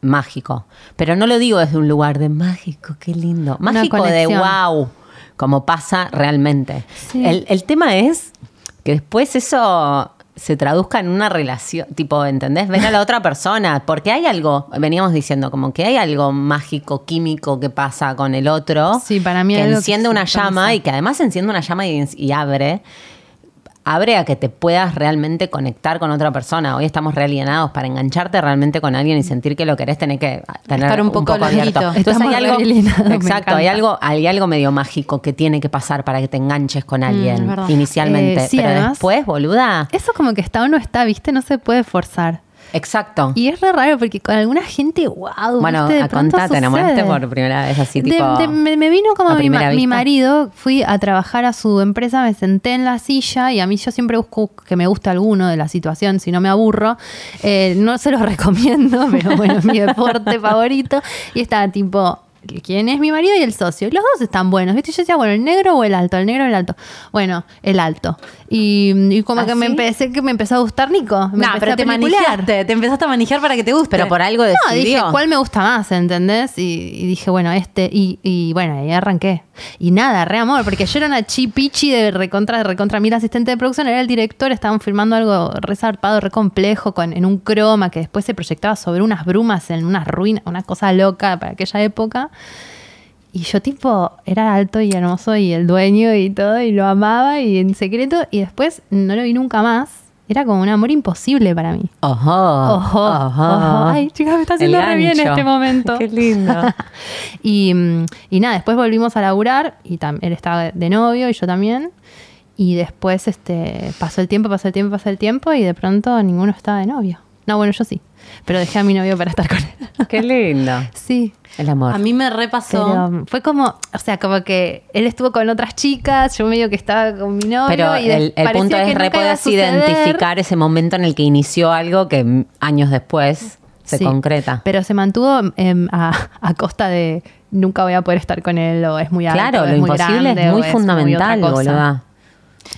Speaker 3: mágico. Pero no lo digo desde un lugar de mágico, qué lindo.
Speaker 4: Una
Speaker 3: Mágico de
Speaker 4: conexión.
Speaker 3: wow, como pasa realmente.
Speaker 4: Sí.
Speaker 3: El, el tema es que después eso se traduzca en una relación, tipo, ¿entendés? Ven a la otra persona, porque hay algo, veníamos diciendo, como que hay algo mágico, químico que pasa con el otro.
Speaker 4: Sí, para mí
Speaker 3: Que
Speaker 4: hay algo que
Speaker 3: enciende una
Speaker 4: sintoniza.
Speaker 3: llama y que además enciende una llama y, y abre abre a que te puedas realmente conectar con otra persona. Hoy estamos re alienados para engancharte realmente con alguien y sentir que lo querés tener que tener
Speaker 1: Estar un poco
Speaker 3: abierto.
Speaker 1: lojito.
Speaker 3: Entonces
Speaker 4: Estamos
Speaker 3: hay
Speaker 4: re
Speaker 3: algo,
Speaker 4: alienados, me
Speaker 3: exacto, hay
Speaker 4: encanta.
Speaker 3: algo, hay algo medio mágico que tiene que pasar para que te enganches con
Speaker 1: es
Speaker 3: alguien
Speaker 1: verdad.
Speaker 3: inicialmente,
Speaker 4: Mm, Eh, sí,
Speaker 3: pero
Speaker 4: además- eh,
Speaker 3: después, boluda,
Speaker 4: Eso como que está o no está, ¿viste? No se puede forzar.
Speaker 3: exacto.
Speaker 4: Y es re raro porque con alguna gente, wow,
Speaker 3: bueno,
Speaker 4: ¿viste? De
Speaker 3: a
Speaker 4: pronto
Speaker 3: contar, te enamoraste
Speaker 4: sucede.
Speaker 3: por primera vez así
Speaker 4: De-
Speaker 3: tipo.
Speaker 4: de- me, me vino como
Speaker 3: a
Speaker 4: mi,
Speaker 3: primera
Speaker 4: ma- mi
Speaker 3: vista.
Speaker 4: marido, fui a trabajar a su empresa, me senté en la silla y a mí yo siempre busco que me guste alguno de la situación, si no me aburro. Eh, no se los recomiendo, pero bueno, es mi deporte favorito. Y estaba tipo, ¿quién es mi marido y el socio? Y los dos están buenos, ¿viste? Y Yo decía, bueno, el negro o el alto, el negro o el alto. Bueno, el alto. Y, y como que me
Speaker 3: ¿Ah, sí?
Speaker 4: empecé que me empezó a gustar Nico. Me
Speaker 1: No,
Speaker 4: empecé
Speaker 1: pero
Speaker 4: a
Speaker 1: te
Speaker 4: peliculear.
Speaker 1: manejaste. Te empezaste a manejar para que te guste.
Speaker 3: Pero por algo
Speaker 4: No, dije,
Speaker 3: decidió.
Speaker 4: ¿cuál me gusta más? ¿Entendés? Y, y dije, bueno, este. Y, y bueno, ahí arranqué. Y nada, re amor, porque yo era una chipichi de recontra, de recontra mil asistente de producción, era el director, estaban filmando algo re zarpado, re complejo, con, en un croma que después se proyectaba sobre unas brumas, en unas ruinas, una cosa loca para aquella época. Y yo tipo era alto y hermoso y el dueño y todo y lo amaba y en secreto y después no lo vi nunca más Era como un amor imposible para mí.
Speaker 3: Ojo,
Speaker 4: Ojo, ojo. Ay, chicas, me está
Speaker 3: El
Speaker 4: haciendo re bien
Speaker 3: gancho.
Speaker 4: este momento.
Speaker 3: Qué lindo.
Speaker 4: y, mm, y nada, después volvimos a laburar y tam- él estaba de novio y yo también. Y después este, pasó el tiempo, pasó el tiempo, pasó el tiempo y de pronto ninguno estaba de novio. No, bueno, yo sí. Pero dejé a mi novio para estar con él.
Speaker 3: Qué lindo.
Speaker 4: sí.
Speaker 3: El amor.
Speaker 1: A mí me repasó.
Speaker 4: Pero mm, fue como, o sea, como que él estuvo con otras chicas, yo medio que estaba con mi novio.
Speaker 3: Pero
Speaker 4: y de-
Speaker 3: el, el
Speaker 4: parecía
Speaker 3: punto
Speaker 4: que
Speaker 3: es
Speaker 4: nunca
Speaker 3: re
Speaker 4: iba a
Speaker 3: podés
Speaker 4: suceder.
Speaker 3: identificar ese momento en el que inició algo que mm, años después se
Speaker 4: Sí.
Speaker 3: concreta.
Speaker 4: Pero se mantuvo em, a, a costa de nunca voy a poder estar con él o es muy alto,
Speaker 3: claro,
Speaker 4: o
Speaker 3: lo
Speaker 4: es muy
Speaker 3: imposible
Speaker 4: grande,
Speaker 3: es
Speaker 4: o
Speaker 3: muy
Speaker 4: otra
Speaker 3: fundamental,
Speaker 4: cosa.
Speaker 3: boluda.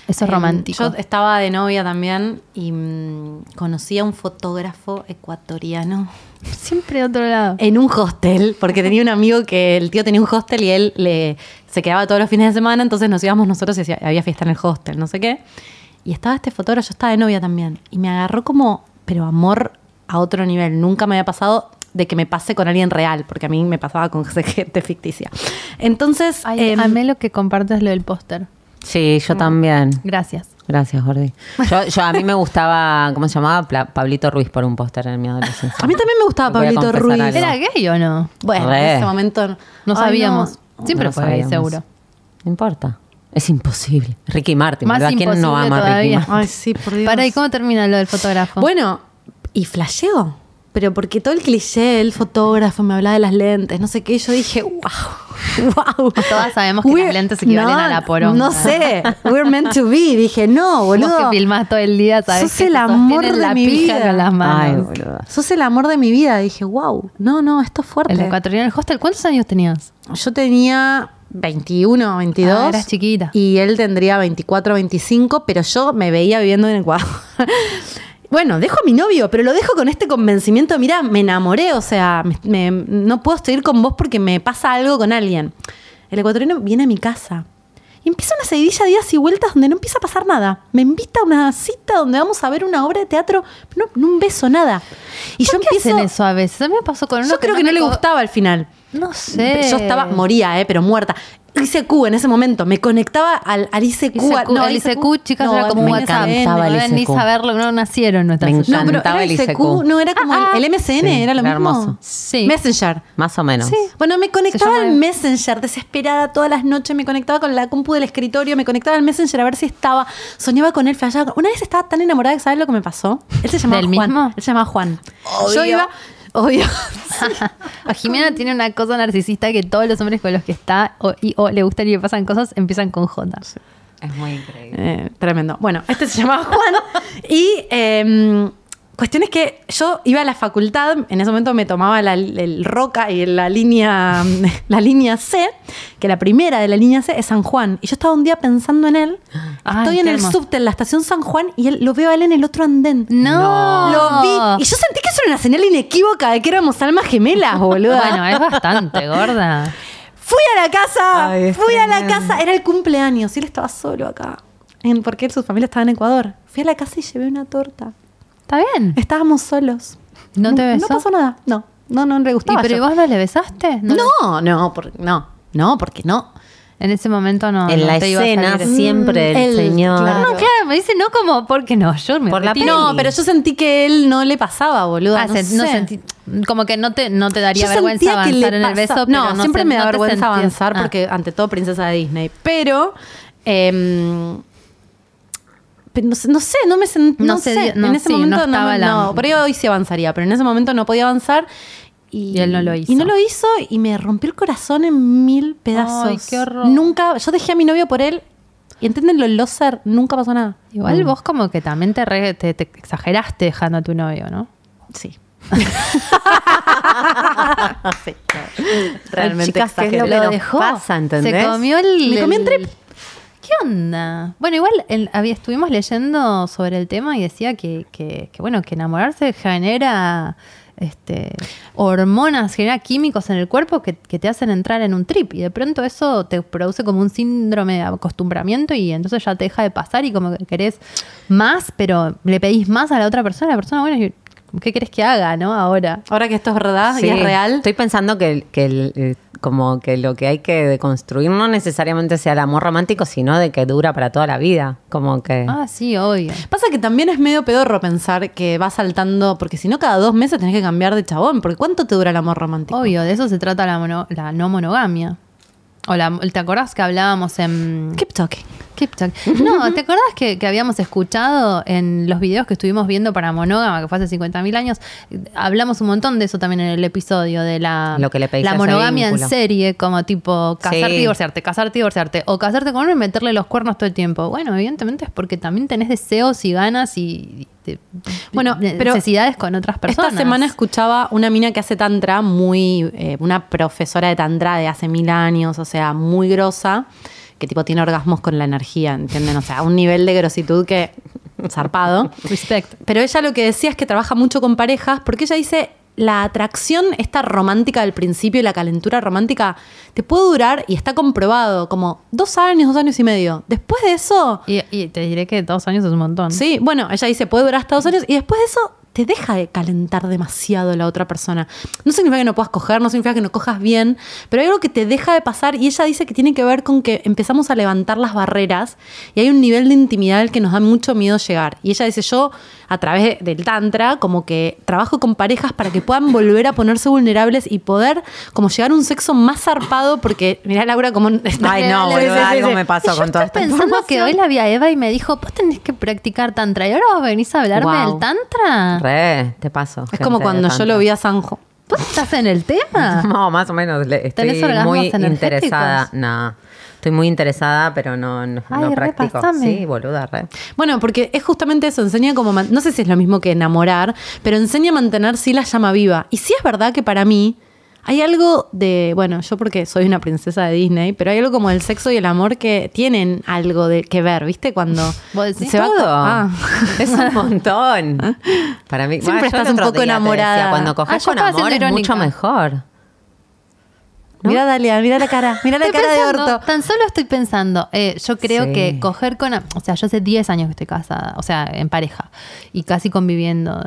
Speaker 4: Eso es
Speaker 1: Em,
Speaker 4: romántico.
Speaker 1: Yo estaba de novia también y mm, conocí a un fotógrafo ecuatoriano
Speaker 4: Siempre de otro lado.
Speaker 1: en un hostel, porque tenía un amigo que el tío tenía un hostel y él le, se quedaba todos los fines de semana, entonces nos íbamos nosotros y hacía- había fiesta en el hostel, no sé qué. Y estaba este fotógrafo, yo estaba de novia también, y me agarró como, pero amor a otro nivel, nunca me había pasado de que me pase con alguien real, porque a mí me pasaba con gente ficticia. Entonces,
Speaker 4: Ay,
Speaker 1: em,
Speaker 4: amé lo que compartes lo del póster.
Speaker 3: Sí,
Speaker 4: Mm.
Speaker 3: yo también.
Speaker 4: Gracias.
Speaker 3: Gracias, Jordi. Yo, yo- a mí me gustaba, ¿cómo se llamaba? Pla- Pablito Ruiz por un póster en mi adolescencia.
Speaker 1: a mí también me gustaba
Speaker 3: Voy a
Speaker 1: Pablito
Speaker 3: confesar
Speaker 1: Ruiz.
Speaker 3: algo.
Speaker 4: ¿Era gay o no?
Speaker 1: Bueno,
Speaker 3: Re.
Speaker 1: en ese momento Ay,
Speaker 4: No sabíamos.
Speaker 1: no.
Speaker 4: Siempre
Speaker 3: No
Speaker 4: fue
Speaker 3: sabíamos.
Speaker 4: gay, seguro.
Speaker 3: No importa. Es imposible. Ricky Martin,
Speaker 4: Más
Speaker 3: ¿verdad? ¿Quién
Speaker 4: imposible
Speaker 3: no ama a Ricky
Speaker 4: todavía.
Speaker 3: Martin?
Speaker 1: Ay, sí, por Dios.
Speaker 4: Para, ¿y cómo termina lo del fotógrafo?
Speaker 1: Bueno, y flasheo. Pero porque todo el cliché, el fotógrafo me hablaba de las lentes, no sé qué, y yo dije, wow, wow.
Speaker 4: Todas sabemos que las lentes equivalen a la poronga.
Speaker 1: No sé, we're meant to be. Dije, no,
Speaker 4: Vos
Speaker 1: boludo.
Speaker 4: que filmás todo el día, sabes
Speaker 1: Sos el amor de
Speaker 4: la
Speaker 1: mi
Speaker 4: pija
Speaker 1: vida.
Speaker 4: con las
Speaker 3: Ay,
Speaker 4: manos.
Speaker 3: boluda.
Speaker 1: Sos el amor de mi vida. Dije, wow, no, no, esto es
Speaker 4: el
Speaker 1: fuerte.
Speaker 4: ecuatoriano del hostel, ¿cuántos años tenías?
Speaker 1: Yo tenía 21, 22.
Speaker 4: Ah, eras chiquita.
Speaker 1: Y él tendría 24, 25, pero yo me veía viviendo en Ecuador. bueno, dejo a mi novio, pero lo dejo con este convencimiento, mira, me enamoré, o sea, me- me- no puedo seguir con vos porque me pasa algo con alguien. El ecuatoriano viene a mi casa. Y empieza una seguidilla de días y vueltas donde no empieza a pasar nada. Me invita a una cita donde vamos a ver una obra de teatro, no, no un beso, nada. Y yo
Speaker 4: ¿Por qué
Speaker 1: empiezo...
Speaker 4: hacen eso a veces? A mí me pasó con uno
Speaker 1: yo creo que no
Speaker 4: me
Speaker 1: le
Speaker 4: co-
Speaker 1: gustaba al final.
Speaker 4: No sé.
Speaker 1: Yo estaba, moría, eh, pero muerta. ICQ en ese momento, me conectaba al, al ICQ.
Speaker 4: ICQ,
Speaker 1: no,
Speaker 4: el ICQ, chicas,
Speaker 1: no,
Speaker 4: era como
Speaker 1: al
Speaker 4: un
Speaker 3: me
Speaker 4: WhatsApp.
Speaker 1: MSN.
Speaker 3: encantaba el
Speaker 4: no deben ni
Speaker 3: ICQ.
Speaker 4: saberlo, no nacieron nuestras
Speaker 3: Me
Speaker 4: oyentes.
Speaker 1: No, pero
Speaker 3: Cantaba
Speaker 1: era
Speaker 3: el
Speaker 1: el ICQ,
Speaker 3: ICQ.
Speaker 1: no, era como
Speaker 4: Ah,
Speaker 1: el, el MSN,
Speaker 3: sí,
Speaker 1: era lo
Speaker 3: era
Speaker 1: mismo.
Speaker 3: hermoso.
Speaker 4: Sí.
Speaker 1: Messenger.
Speaker 3: Más o menos.
Speaker 1: Sí. Bueno, me conectaba
Speaker 4: llama-
Speaker 1: al Messenger, desesperada todas las noches, me conectaba con la compu del escritorio, me conectaba al Messenger a ver si estaba, soñaba con él, flasheaba. con- Una vez estaba tan enamorada que sabes lo que me pasó. Él se llamaba
Speaker 4: ¿Del
Speaker 1: Juan.
Speaker 4: mismo?
Speaker 1: Él se llamaba Juan. Yo iba, obvio.
Speaker 4: O Jimena tiene una cosa narcisista que todos los hombres con los que está o, y, o le gustan y le pasan cosas empiezan con J.
Speaker 3: Es muy increíble.
Speaker 1: Eh, tremendo. Bueno, este se llamaba Juan. y eh, cuestión es que yo iba a la facultad, en ese momento me tomaba la- el Roca y la línea, la línea C, que la primera de la línea C es San Juan. Y yo estaba un día pensando en él.
Speaker 4: Ah, Ay,
Speaker 1: Estoy
Speaker 4: qué
Speaker 1: en el
Speaker 4: hermoso.
Speaker 1: subte, en la estación San Juan, y él, lo veo a él en el otro andén.
Speaker 4: No.
Speaker 1: Lo vi. Y yo sentí que eso era una señal inequívoca de que éramos almas gemelas, boludo.
Speaker 4: Bueno, es bastante gorda.
Speaker 1: Fui a la casa,
Speaker 3: Ay, es
Speaker 1: fui a la
Speaker 3: tremendo.
Speaker 1: casa, era el cumpleaños, y él estaba solo acá, en- porque él- su familia estaba en Ecuador. Fui a la casa y llevé una torta.
Speaker 4: Está bien.
Speaker 1: Estábamos solos.
Speaker 4: ¿No te
Speaker 1: No
Speaker 4: besó?
Speaker 1: pasó nada, no, no, no le
Speaker 4: ¿Y
Speaker 1: gustaba.
Speaker 4: pero ¿y
Speaker 1: yo.
Speaker 4: vos no le besaste?
Speaker 1: no,
Speaker 4: le-
Speaker 1: no, por- no, no, porque no.
Speaker 4: En ese momento
Speaker 1: Ah,
Speaker 4: no.
Speaker 3: en
Speaker 4: no
Speaker 3: la
Speaker 4: te iba a salir.
Speaker 3: escena
Speaker 4: Mm.
Speaker 3: siempre el,
Speaker 1: el-
Speaker 3: señor.
Speaker 1: claro.
Speaker 4: No, claro, me dice no como porque no, yo me
Speaker 3: Por la
Speaker 4: retiro.
Speaker 3: peli.
Speaker 1: No, pero yo sentí que él no le pasaba, boluda.
Speaker 4: Ah,
Speaker 1: no
Speaker 4: sen- no
Speaker 1: sé.
Speaker 4: sentí- como que no te, no te daría
Speaker 1: Yo
Speaker 4: vergüenza
Speaker 1: sentía que le
Speaker 4: avanzar en el
Speaker 1: pasa-
Speaker 4: beso. pero
Speaker 1: No,
Speaker 4: no
Speaker 1: siempre
Speaker 4: sen-
Speaker 1: me da
Speaker 4: no te
Speaker 1: vergüenza
Speaker 4: sentías-
Speaker 1: avanzar
Speaker 4: Ah.
Speaker 1: porque ante todo princesa de Disney. Pero, em, pero no, sé- no sé, no me sen-
Speaker 4: No
Speaker 1: no,
Speaker 4: se
Speaker 1: sé.
Speaker 4: dio- no,
Speaker 1: en ese
Speaker 4: sí, no
Speaker 1: momento no,
Speaker 4: estaba
Speaker 1: no,
Speaker 4: la-
Speaker 1: por ahí hoy sí avanzaría, pero en ese momento no podía avanzar. Y,
Speaker 4: Y él no lo hizo.
Speaker 1: Y no lo hizo y me rompió el corazón en mil pedazos.
Speaker 4: Ay, qué horror.
Speaker 1: Nunca, yo dejé a mi novio por él y entienden lo loser, nunca pasó nada. Mm.
Speaker 4: Igual vos como que también te, re- te- te exageraste dejando a tu novio, ¿no?
Speaker 1: Sí.
Speaker 3: Realmente chicas, ¿qué es lo
Speaker 1: exagerado.
Speaker 3: que nos pasa, entendés?
Speaker 4: Se comió el...
Speaker 1: Me comí un
Speaker 4: el-
Speaker 1: trip.
Speaker 4: ¿Qué onda? Bueno, igual el- había- estuvimos leyendo sobre el tema y decía que, que- que, bueno, que enamorarse genera este, hormonas, genera químicos en el cuerpo que, que te hacen entrar en un trip y de pronto eso te produce como un síndrome de acostumbramiento y entonces ya te deja de pasar y como que querés más, pero le pedís más a la otra persona, la persona, bueno, y- ¿qué querés que haga, no? Ahora.
Speaker 1: Ahora que esto es verdad
Speaker 3: Sí.
Speaker 1: Ah, y es real.
Speaker 3: Estoy pensando que, que el- eh, Como que lo que hay que deconstruir no necesariamente sea el amor romántico, sino de que dura para toda la vida. Como que.
Speaker 4: Ah, sí, obvio.
Speaker 1: Pasa que también es medio pedorro pensar que vas saltando, porque si no, cada dos meses tenés que cambiar de chabón. Porque ¿cuánto te dura el amor romántico?
Speaker 4: Obvio, de eso se trata la, mono- la no monogamia. O la, ¿Te acordás que hablábamos en...
Speaker 1: Keep talking.
Speaker 4: Kipchak. No, ¿te acordás que, que habíamos escuchado en los videos que estuvimos viendo para Monógama, que fue hace 50.000 años? Hablamos un montón de eso también en el episodio de la,
Speaker 3: Lo que le pediste
Speaker 4: la
Speaker 3: a ese
Speaker 4: monogamia en
Speaker 3: vínculo.
Speaker 4: serie, como tipo casarte
Speaker 3: Sí.
Speaker 4: y divorciarte, casarte y divorciarte, o casarte con uno y meterle los cuernos todo el tiempo. Bueno, evidentemente es porque también tenés deseos y ganas y, de-
Speaker 1: Bueno,
Speaker 4: de-
Speaker 1: pero
Speaker 4: necesidades con otras personas.
Speaker 1: Esta semana escuchaba una mina que hace tantra, muy eh, una profesora de tantra de hace mil años, o sea, muy grosa, que tipo tiene orgasmos con la energía, ¿entienden? O sea, un nivel de grositud que zarpado.
Speaker 4: Respect.
Speaker 1: Pero ella lo que decía es que trabaja mucho con parejas, porque ella dice, la atracción esta romántica del principio y la calentura romántica te puede durar, y está comprobado, como dos años, dos años y medio. Después de eso,
Speaker 4: Y, y te diré que dos años es un montón.
Speaker 1: Sí, bueno, ella dice, puede durar hasta dos años y después de eso te deja de calentar demasiado la otra persona. No significa que no puedas coger, no significa que no cojas bien, pero hay algo que te deja de pasar y ella dice que tiene que ver con que empezamos a levantar las barreras y hay un nivel de intimidad al que nos da mucho miedo llegar. Y ella dice, yo a través del tantra como que trabajo con parejas para que puedan volver a ponerse vulnerables y poder como llegar a un sexo más zarpado porque, mirá Laura, como...
Speaker 3: Ay, no,
Speaker 1: Sí, sí,
Speaker 3: boluda,
Speaker 1: sí,
Speaker 3: algo
Speaker 1: sí.
Speaker 3: me pasó
Speaker 4: Yo
Speaker 3: con todo
Speaker 4: estoy
Speaker 3: esto.
Speaker 4: pensando que hoy la vi a Eva y me dijo, vos tenés que practicar tantra. ¿Y ahora vos venís a hablarme
Speaker 1: Guau.
Speaker 4: del tantra?
Speaker 3: Re, te paso.
Speaker 1: Es como
Speaker 3: gente
Speaker 1: cuando yo
Speaker 3: de tanto.
Speaker 1: lo vi a Sanjo.
Speaker 4: ¿Vos estás en el tema?
Speaker 3: No, más o menos. le- estoy
Speaker 4: ¿Tenés orgasmos
Speaker 3: muy
Speaker 4: energéticos?
Speaker 3: interesada. No. Estoy muy interesada, pero no, no,
Speaker 4: Ay,
Speaker 3: no
Speaker 4: re,
Speaker 3: practico.
Speaker 4: pasame.
Speaker 3: Sí, boluda, re.
Speaker 1: Bueno, porque es justamente eso, enseña como, man- no sé si es lo mismo que enamorar, pero enseña a mantener sí la llama viva. Y sí es verdad que para mí hay algo de, bueno, yo porque soy una princesa de Disney, pero hay algo como el sexo y el amor que tienen algo de que ver, ¿viste? Cuando
Speaker 4: ¿Vos decís?
Speaker 1: va-
Speaker 3: Todo.
Speaker 1: Ah.
Speaker 3: Es un montón. Para mí,
Speaker 1: Siempre
Speaker 3: yo el
Speaker 1: estás
Speaker 3: otro
Speaker 1: un poco
Speaker 3: día te decía,
Speaker 1: enamorada.
Speaker 3: cuando
Speaker 4: Ah,
Speaker 3: coges
Speaker 4: yo
Speaker 3: con
Speaker 4: estaba siendo
Speaker 3: amor es
Speaker 4: irónica.
Speaker 3: mucho mejor.
Speaker 1: Mira Dalia, mira la cara, mira la
Speaker 4: Estoy
Speaker 1: cara de
Speaker 4: pensando,
Speaker 1: orto.
Speaker 4: Tan solo estoy pensando, eh, yo creo
Speaker 3: Sí.
Speaker 4: que coger con... O sea, yo hace 10 años que estoy casada, o sea, en pareja, y casi conviviendo,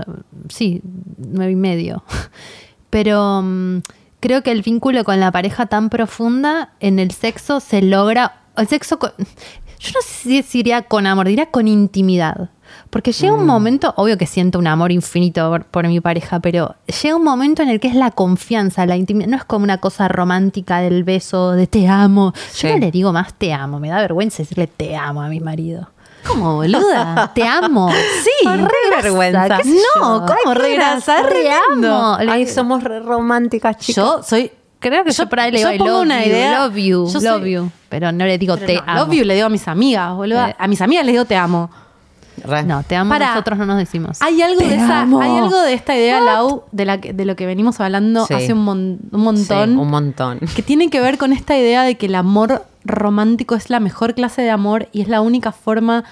Speaker 4: sí, nueve y medio. Pero mm, creo que el vínculo con la pareja tan profunda en el sexo se logra... El sexo... con- yo no sé si diría con amor, diría con intimidad. Porque llega un momento, obvio que siento un amor infinito por, por mi pareja, pero llega un momento en el que es la confianza, la intimidad. No es como una cosa romántica del beso, de te amo. Yo
Speaker 3: Sí.
Speaker 4: no le digo más te amo, me da vergüenza decirle te amo a mi marido.
Speaker 1: ¿Cómo, boluda?
Speaker 4: Te amo.
Speaker 1: Sí,
Speaker 4: Ay, re
Speaker 3: qué
Speaker 4: grasa,
Speaker 3: vergüenza.
Speaker 4: qué sé
Speaker 1: No,
Speaker 4: yo.
Speaker 1: ¿cómo
Speaker 4: Ay, qué
Speaker 1: re grasa?
Speaker 4: grasa,
Speaker 1: Re
Speaker 4: te
Speaker 1: amo.
Speaker 4: amo. Le-
Speaker 3: Ay, somos re románticas, chicas.
Speaker 1: Yo soy...
Speaker 4: creo que yo, por ahí le
Speaker 1: yo
Speaker 4: digo I
Speaker 1: pongo
Speaker 4: love
Speaker 1: una
Speaker 4: you,
Speaker 1: idea-
Speaker 4: love you,
Speaker 1: yo
Speaker 4: love
Speaker 1: soy-
Speaker 4: you. Pero no le digo
Speaker 1: pero
Speaker 4: te
Speaker 1: no,
Speaker 4: amo.
Speaker 1: Love you le digo a mis amigas, boluda.
Speaker 4: Eh.
Speaker 1: A mis amigas les digo te amo.
Speaker 3: Re.
Speaker 4: No, te amo
Speaker 1: Pará.
Speaker 4: nosotros no nos decimos.
Speaker 1: Hay algo,
Speaker 3: Te
Speaker 1: de esa,
Speaker 3: amo.
Speaker 1: hay algo de esta idea, Lau, de, la que- de lo que venimos hablando
Speaker 3: Sí.
Speaker 1: hace un, mon- un
Speaker 3: Sí,
Speaker 1: montón,
Speaker 3: un montón.
Speaker 1: que tiene que ver con esta idea de que el amor romántico es la mejor clase de amor y es la única forma...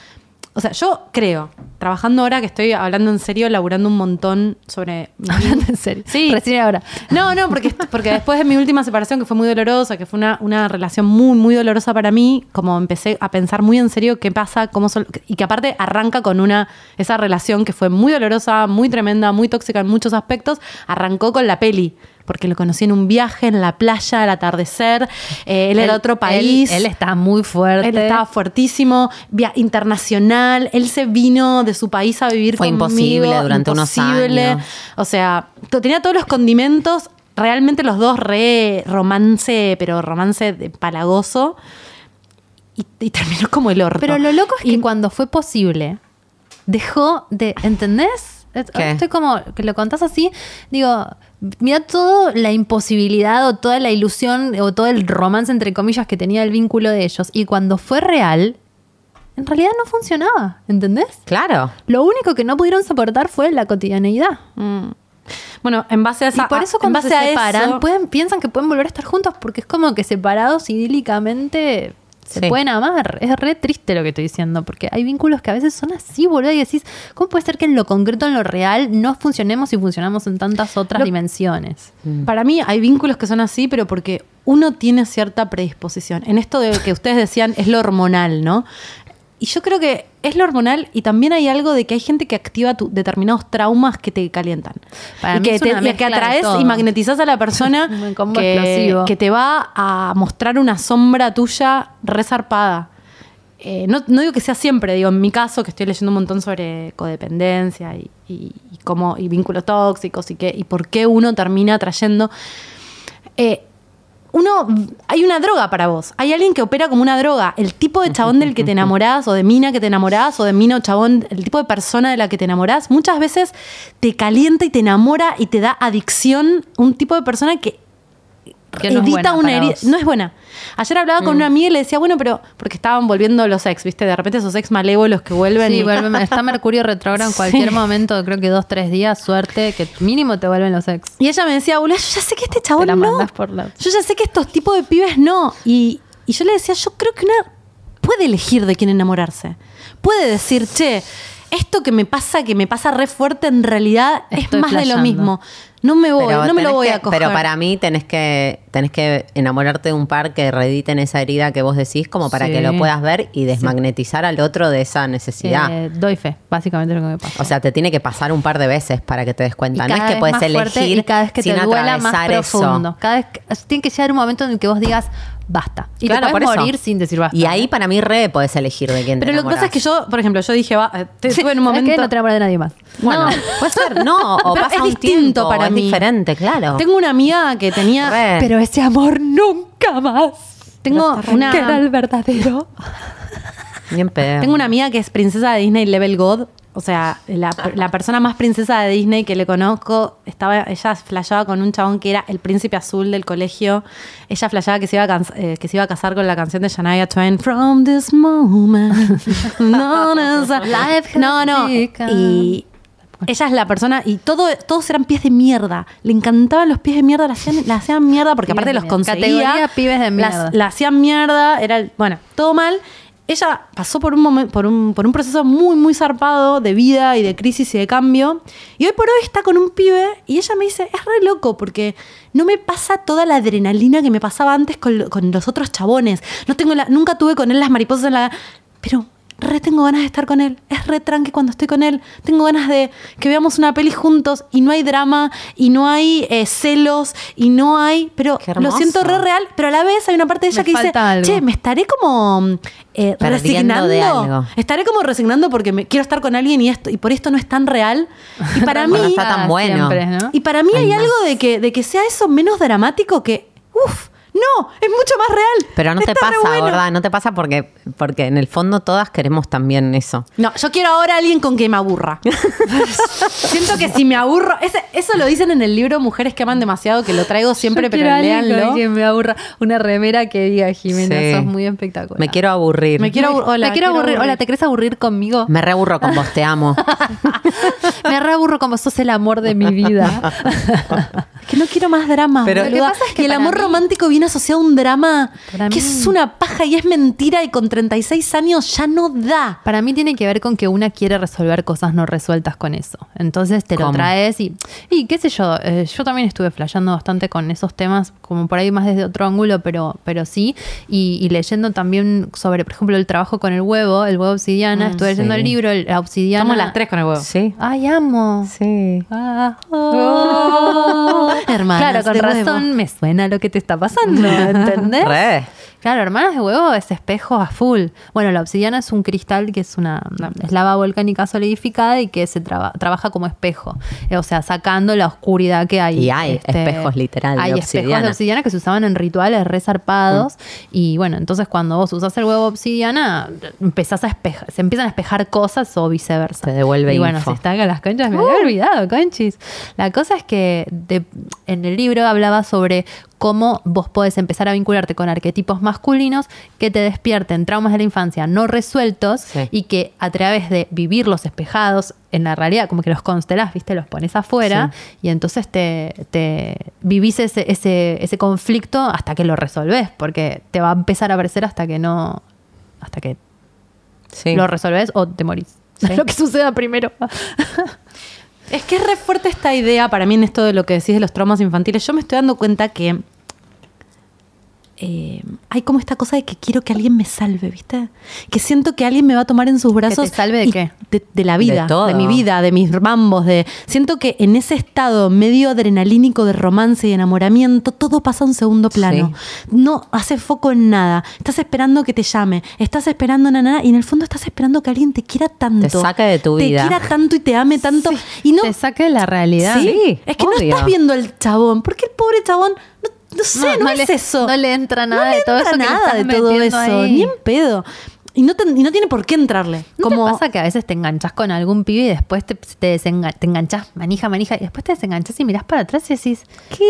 Speaker 1: O sea, yo creo, trabajando ahora que estoy hablando en serio, laburando un montón sobre...
Speaker 4: Hablando en serio.
Speaker 1: Sí.
Speaker 4: Recién ahora.
Speaker 1: No, no, porque, porque después de mi última separación, que fue muy dolorosa, que fue una, una relación muy, muy dolorosa para mí, como empecé a pensar muy en serio qué pasa, cómo sol- y que aparte arranca con una, esa relación que fue muy dolorosa, muy tremenda, muy tóxica en muchos aspectos, arrancó con la peli. Porque lo conocí en un viaje, en la playa, al atardecer. eh, él era de otro país.
Speaker 4: Él, él está muy fuerte.
Speaker 1: Él estaba fuertísimo, via- internacional, él se vino de su país a vivir
Speaker 3: Fue
Speaker 1: conmigo.
Speaker 3: imposible durante unos años.
Speaker 1: O sea, to- tenía todos los condimentos, realmente los dos re romance, pero romance de- palagoso. Y, y terminó como el orto.
Speaker 4: Pero lo loco es que
Speaker 1: Y-
Speaker 4: cuando fue posible, dejó de. ¿Entendés? Es-
Speaker 3: ¿Qué?
Speaker 4: Estoy como. que lo contás así, digo. Mira toda la imposibilidad o toda la ilusión o todo el romance, entre comillas, que tenía el vínculo de ellos. Y cuando fue real, en realidad no funcionaba. ¿Entendés?
Speaker 3: Claro.
Speaker 4: Lo único que no pudieron soportar fue la cotidianeidad.
Speaker 1: Mm. Bueno, en base a esa.
Speaker 4: y por eso
Speaker 1: en
Speaker 4: cuando se
Speaker 1: base a
Speaker 4: separan,
Speaker 1: eso-
Speaker 4: pueden, piensan que pueden volver a estar juntos porque es como que separados idílicamente se
Speaker 3: Sí.
Speaker 4: pueden amar. Es re triste lo que estoy diciendo porque hay vínculos que a veces son así, boludo, y decís, ¿cómo puede ser que en lo concreto, en lo real, no funcionemos y funcionamos en tantas otras
Speaker 1: Lo-
Speaker 4: dimensiones?
Speaker 1: Para mí hay vínculos que son así, pero porque uno tiene cierta predisposición. En esto de que ustedes decían es lo hormonal, ¿no? Y yo creo que es lo hormonal y también hay algo de que hay gente que activa tu- determinados traumas que te calientan.
Speaker 4: Para
Speaker 1: y
Speaker 4: mí
Speaker 1: que,
Speaker 4: es
Speaker 1: te,
Speaker 4: una
Speaker 1: y que
Speaker 4: mezcla de
Speaker 1: atraes
Speaker 4: todo.
Speaker 1: y magnetizás a la persona
Speaker 4: Un combo
Speaker 1: que,
Speaker 4: explosivo.
Speaker 1: que te va a mostrar una sombra tuya resarpada. Eh, no, no digo que sea siempre, digo, en mi caso, que estoy leyendo un montón sobre codependencia y, y- y cómo, y vínculos tóxicos y, qué y por qué uno termina atrayendo. Eh, uno, hay una droga para vos. Hay alguien que opera como una droga. El tipo de chabón del que te enamorás, o de mina que te enamorás, o de mina o chabón, el tipo de persona de la que te enamorás, muchas veces te calienta y te enamora y te da adicción un tipo de persona que,
Speaker 4: Que no es buena
Speaker 1: una
Speaker 4: para
Speaker 1: herida.
Speaker 4: vos. Mm.
Speaker 1: No es buena. Ayer hablaba con una amiga y le decía, bueno, pero. Porque estaban volviendo los ex, ¿viste? De repente esos ex malévolos que vuelven.
Speaker 4: Sí,
Speaker 1: y-
Speaker 4: vuelve- está Mercurio retrógrado en cualquier
Speaker 1: Sí.
Speaker 4: momento, creo que dos, tres días, suerte, que mínimo te vuelven los ex.
Speaker 1: Y ella me decía, boludo, yo ya sé que este chabón
Speaker 4: Te la
Speaker 1: no.
Speaker 4: mandás por la-
Speaker 1: Yo ya sé que estos tipos de pibes no. Y, y yo le decía, yo creo que una puede elegir de quién enamorarse. Puede decir, che, esto que me pasa, que me pasa re fuerte, en realidad
Speaker 4: Estoy
Speaker 1: es más de lo
Speaker 4: flayando.
Speaker 1: mismo. No me voy, no me
Speaker 3: tenés
Speaker 1: lo voy
Speaker 3: que-
Speaker 1: a coger.
Speaker 3: Pero para mí tenés que, tenés que enamorarte de un par que reediten esa herida que vos decís como para
Speaker 4: Sí.
Speaker 3: que lo puedas ver y desmagnetizar al otro de esa necesidad.
Speaker 4: Eh, doy fe, básicamente lo que me pasa.
Speaker 3: O sea, te tiene que pasar un par de veces para que te des cuenta.
Speaker 4: Y
Speaker 3: no
Speaker 4: cada
Speaker 3: es que
Speaker 4: vez
Speaker 3: puedes
Speaker 4: más fuerte
Speaker 3: elegir
Speaker 4: y cada vez que
Speaker 3: sin
Speaker 4: te duela más
Speaker 3: atravesar eso.
Speaker 4: profundo. Cada vez que- o sea, tiene que llegar un momento en el que vos digas basta. Y
Speaker 3: Claro,
Speaker 4: te
Speaker 3: por
Speaker 4: podés
Speaker 3: eso.
Speaker 4: morir sin decir basta.
Speaker 3: Y
Speaker 4: ¿eh?
Speaker 3: ahí para mí re podés elegir de quién te
Speaker 1: Pero lo que pasa es que
Speaker 3: enamorás.
Speaker 1: yo, por ejemplo, yo dije, va, eh, te-
Speaker 4: Sí,
Speaker 1: tuve en un
Speaker 4: ¿sabés qué?
Speaker 1: momento.
Speaker 4: no te enamoré de nadie más.
Speaker 3: Bueno, puede ser, no, o
Speaker 1: Pero
Speaker 3: pasa
Speaker 1: es
Speaker 3: un
Speaker 1: distinto
Speaker 3: tiempo,
Speaker 1: para
Speaker 3: es
Speaker 1: mí.
Speaker 3: diferente, claro.
Speaker 1: Tengo una amiga que tenía.
Speaker 3: Re.
Speaker 4: Pero ese amor nunca más.
Speaker 1: Tengo una.
Speaker 4: Que era el verdadero.
Speaker 3: Bien
Speaker 4: Em.
Speaker 3: pedo.
Speaker 1: Tengo una amiga que es princesa de Disney Level God. O sea, la, la persona más princesa de Disney que le conozco, estaba, ella flasheaba con un chabón que era el príncipe azul del colegio. Ella flasheaba que se iba a, cans- eh, que se iba a casar con la canción de Shania Twain, From This Moment. No, no, o sea,
Speaker 4: Life has
Speaker 1: no, no. Y ella es la persona, y todo, todos eran pies de mierda. Le encantaban los pies de mierda, la hacían, la hacían mierda porque
Speaker 4: Pibes
Speaker 1: aparte
Speaker 4: de
Speaker 1: los
Speaker 4: mierda.
Speaker 1: conseguía.
Speaker 4: Categoría pibes
Speaker 1: Las-
Speaker 4: de mierda.
Speaker 1: la hacían mierda, era el- bueno, todo mal. Ella pasó por un, momen- por, un, por un proceso muy, muy zarpado de vida y de crisis y de cambio. Y hoy por hoy está con un pibe y ella me dice, es re loco porque no me pasa toda la adrenalina que me pasaba antes con, lo- con los otros chabones. No tengo la, nunca tuve con él las mariposas en la... Pero re tengo ganas de estar con él. Es re tranqui cuando estoy con él. Tengo ganas de que veamos una peli juntos y no hay drama y no hay eh, celos y no hay... Pero
Speaker 3: Qué
Speaker 1: lo siento re
Speaker 3: hermoso.
Speaker 1: real, pero a la vez hay una parte de ella
Speaker 4: Me
Speaker 1: que dice,
Speaker 4: falta algo.
Speaker 1: che, me estaré como eh,
Speaker 3: Perdiendo
Speaker 1: resignando.
Speaker 3: de algo.
Speaker 1: Estaré como resignando porque me, quiero estar con alguien y esto y por esto no es tan real. Y para
Speaker 3: Bueno,
Speaker 1: mí,
Speaker 3: está tan
Speaker 4: Ah,
Speaker 3: bueno.
Speaker 4: siempre, ¿no?
Speaker 1: y para mí
Speaker 3: Hay
Speaker 1: hay
Speaker 3: más.
Speaker 1: algo de que, de que sea eso menos dramático que, uff, no, es mucho más real.
Speaker 3: Pero no te
Speaker 1: Está
Speaker 3: pasa,
Speaker 1: re bueno.
Speaker 3: ¿verdad? No te pasa porque, porque en el fondo todas queremos también eso.
Speaker 1: No, yo quiero ahora alguien con que me aburra. Siento que si me aburro, ese- eso lo dicen en el libro Mujeres que aman demasiado, que lo traigo siempre,
Speaker 4: Yo
Speaker 1: pero
Speaker 4: quiero a alguien con
Speaker 1: léanlo.
Speaker 4: quien me aburra una remera que diga Jimena,
Speaker 3: Sí.
Speaker 4: sos muy espectacular.
Speaker 3: Me quiero aburrir.
Speaker 1: Me
Speaker 3: Me,
Speaker 1: quiero abur- hola,
Speaker 4: me quiero
Speaker 1: quiero
Speaker 4: aburrir.
Speaker 1: aburrir.
Speaker 4: Hola, ¿te querés aburrir conmigo?
Speaker 3: reaburro con vos, te amo.
Speaker 4: me reaburro como sos el amor de mi vida.
Speaker 1: Es que no quiero más drama.
Speaker 3: Pero-
Speaker 1: boluda.
Speaker 4: Lo que pasa es que
Speaker 1: Y el
Speaker 4: para
Speaker 1: amor
Speaker 4: mí-
Speaker 1: romántico viene asociado a un drama
Speaker 4: Para
Speaker 1: que
Speaker 4: mí-
Speaker 1: es una paja y es mentira y con 36 años ya no da.
Speaker 4: Para mí tiene que ver con que una quiere resolver cosas no resueltas con eso. Entonces te
Speaker 3: ¿Cómo?
Speaker 4: lo traes y, y qué sé yo, eh, yo también estuve flasheando bastante con esos temas, como por ahí más desde otro ángulo, pero, pero sí. Y, y leyendo también sobre, por ejemplo, el trabajo con el huevo, el huevo obsidiana. estuve leyendo
Speaker 3: sí.
Speaker 4: el libro, el- la obsidiana.
Speaker 1: con el huevo.
Speaker 3: Sí.
Speaker 4: Ay, amo.
Speaker 3: Sí.
Speaker 4: Ah,
Speaker 1: Oh. Hermanas
Speaker 4: claro, con
Speaker 1: de
Speaker 4: razón
Speaker 1: huevo.
Speaker 4: me suena lo que te está pasando, ¿entendés?
Speaker 3: Re.
Speaker 4: Claro, hermanas de huevo es espejo a full. Bueno, la obsidiana es un cristal que es una es lava volcánica solidificada y que se traba- trabaja como espejo. Eh, O sea, sacando la oscuridad que hay.
Speaker 3: Y
Speaker 4: este,
Speaker 3: hay espejos, literal, de
Speaker 4: Hay espejos
Speaker 3: obsidiana. Mm.
Speaker 4: de obsidiana que se usaban en rituales resarpados. Y bueno, entonces cuando vos usás el huevo obsidiana, empezás a espejar, se empiezan a espejar cosas o viceversa.
Speaker 3: Te devuelve
Speaker 4: Y bueno,
Speaker 3: info.
Speaker 4: se está con las conchas, me había
Speaker 3: Uh.
Speaker 4: olvidado, conchis. La cosa es que de- en el libro hablaba sobre cómo vos podés empezar a vincularte con arquetipos masculinos que te despierten traumas de la infancia no resueltos
Speaker 3: Sí.
Speaker 4: y que a través de vivirlos espejados en la realidad, como que los constelás, viste, los pones afuera y entonces te, te vivís ese, ese, ese conflicto hasta que lo resolvés, porque te va a empezar a aparecer hasta que no, hasta que
Speaker 3: Sí.
Speaker 4: lo resolvés o te morís. Lo que suceda primero.
Speaker 1: Es que es re fuerte esta idea para mí en esto de lo que decís de los traumas infantiles. Yo me estoy dando cuenta que eh, hay como esta cosa de que quiero que alguien me salve, ¿viste? Que siento que alguien me va a tomar en sus brazos.
Speaker 4: te salve de
Speaker 1: y-
Speaker 4: qué?
Speaker 1: De, de la vida, de,
Speaker 3: todo.
Speaker 1: mi vida, de mis mambos, de... Siento que en ese estado medio adrenalínico de romance y enamoramiento, todo pasa a un segundo plano. No hace foco en nada. Estás esperando que te llame, estás esperando na, na, na, y en el fondo estás esperando que alguien te quiera tanto.
Speaker 3: saca de tu vida.
Speaker 1: Te quiera tanto y te ame tanto. y no,
Speaker 4: Te saque de la realidad.
Speaker 3: Sí,
Speaker 1: es que no
Speaker 3: obvio.
Speaker 1: estás viendo al chabón, porque el pobre chabón, no, no sé, no,
Speaker 4: No, no
Speaker 1: es
Speaker 4: le-
Speaker 1: eso.
Speaker 4: no le entra nada
Speaker 1: No le
Speaker 4: de todo
Speaker 1: entra
Speaker 4: eso que le
Speaker 1: nada
Speaker 4: estás
Speaker 1: de todo eso,
Speaker 4: metiendo ahí.
Speaker 1: ni en pedo. Y no, ten- y no tiene por qué entrarle.
Speaker 4: ¿No
Speaker 1: como,
Speaker 4: te pasa que a veces te enganchas con algún pibe y después te, te, desenga- te enganchas, manija, manija, y después te desenganchas y mirás para atrás y decís,
Speaker 1: ¿qué?